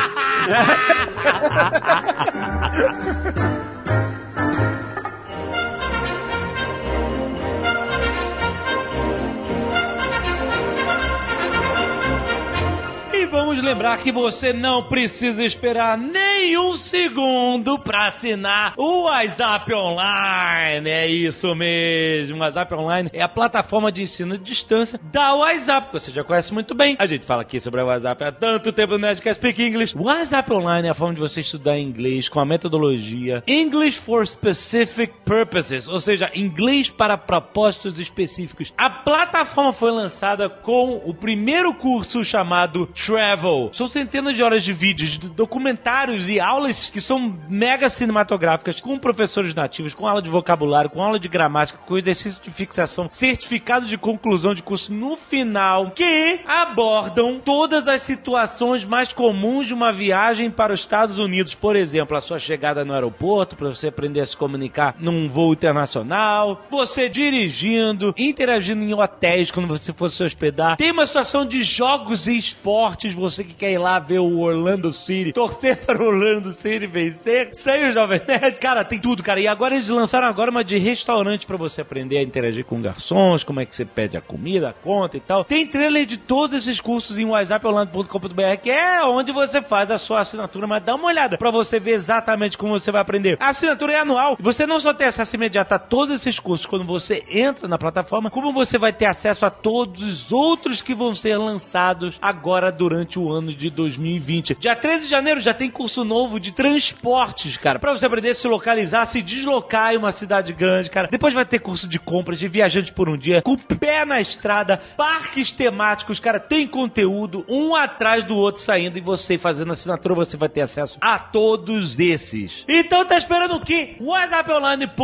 Speaker 1: e vamos lembrar que você não precisa esperar nenhum segundo pra assinar o WhatsApp Online. É isso mesmo. O WhatsApp Online é a plataforma de ensino à distância da WhatsApp, que você já conhece muito bem. A gente fala aqui sobre a WhatsApp há tanto tempo no Nerdcast Speak English. O WhatsApp Online é a forma de você estudar inglês com a metodologia English for Specific Purposes, ou seja, inglês para propósitos específicos. A plataforma foi lançada com o primeiro curso chamado Travel. São centenas de horas de vídeos, de documentários e aulas que são mega cinematográficas, com professores nativos, com aula de vocabulário, com aula de gramática, com exercício de fixação, certificado de conclusão de curso no final, que abordam todas as situações mais comuns de uma viagem para os Estados Unidos. Por exemplo, a sua chegada no aeroporto, para você aprender a se comunicar num voo internacional, você dirigindo, interagindo em hotéis quando você for se hospedar. Tem uma situação de jogos e esportes, você que quer ir lá ver o Orlando City, torcer para o Orlando City vencer, sem o Jovem Nerd. Cara, tem tudo, cara. E agora eles lançaram agora uma de restaurante para você aprender a interagir com garçons, como é que você pede a comida, a conta e tal. Tem trailer de todos esses cursos em whatsapporlando.com.br, que é onde você faz a sua assinatura, mas dá uma olhada para você ver exatamente como você vai aprender. A assinatura é anual. Você não só tem acesso imediato a todos esses cursos quando você entra na plataforma, como você vai ter acesso a todos os outros que vão ser lançados agora durante o ano de 2020. Dia 13 de janeiro já tem curso novo de transportes, cara, para você aprender a se localizar, se deslocar em uma cidade grande, cara. Depois vai ter curso de compras, de viajante por um dia, com o pé na estrada, parques temáticos, cara, tem conteúdo um atrás do outro saindo e você fazendo assinatura, você vai ter acesso a todos esses. Então tá esperando o quê?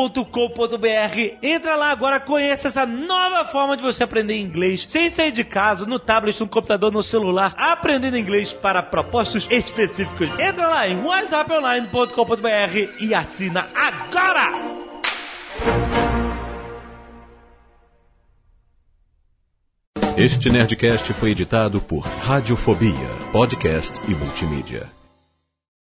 Speaker 1: whatsapponline.com.br Entra lá agora, conheça essa nova forma de você aprender inglês sem sair de casa, no tablet, no computador, no celular, aprendendo inglês para propósitos específicos. Entra lá em whatsapponline.com.br e assina agora!
Speaker 10: Este Nerdcast foi editado por Radiofobia, podcast e multimídia.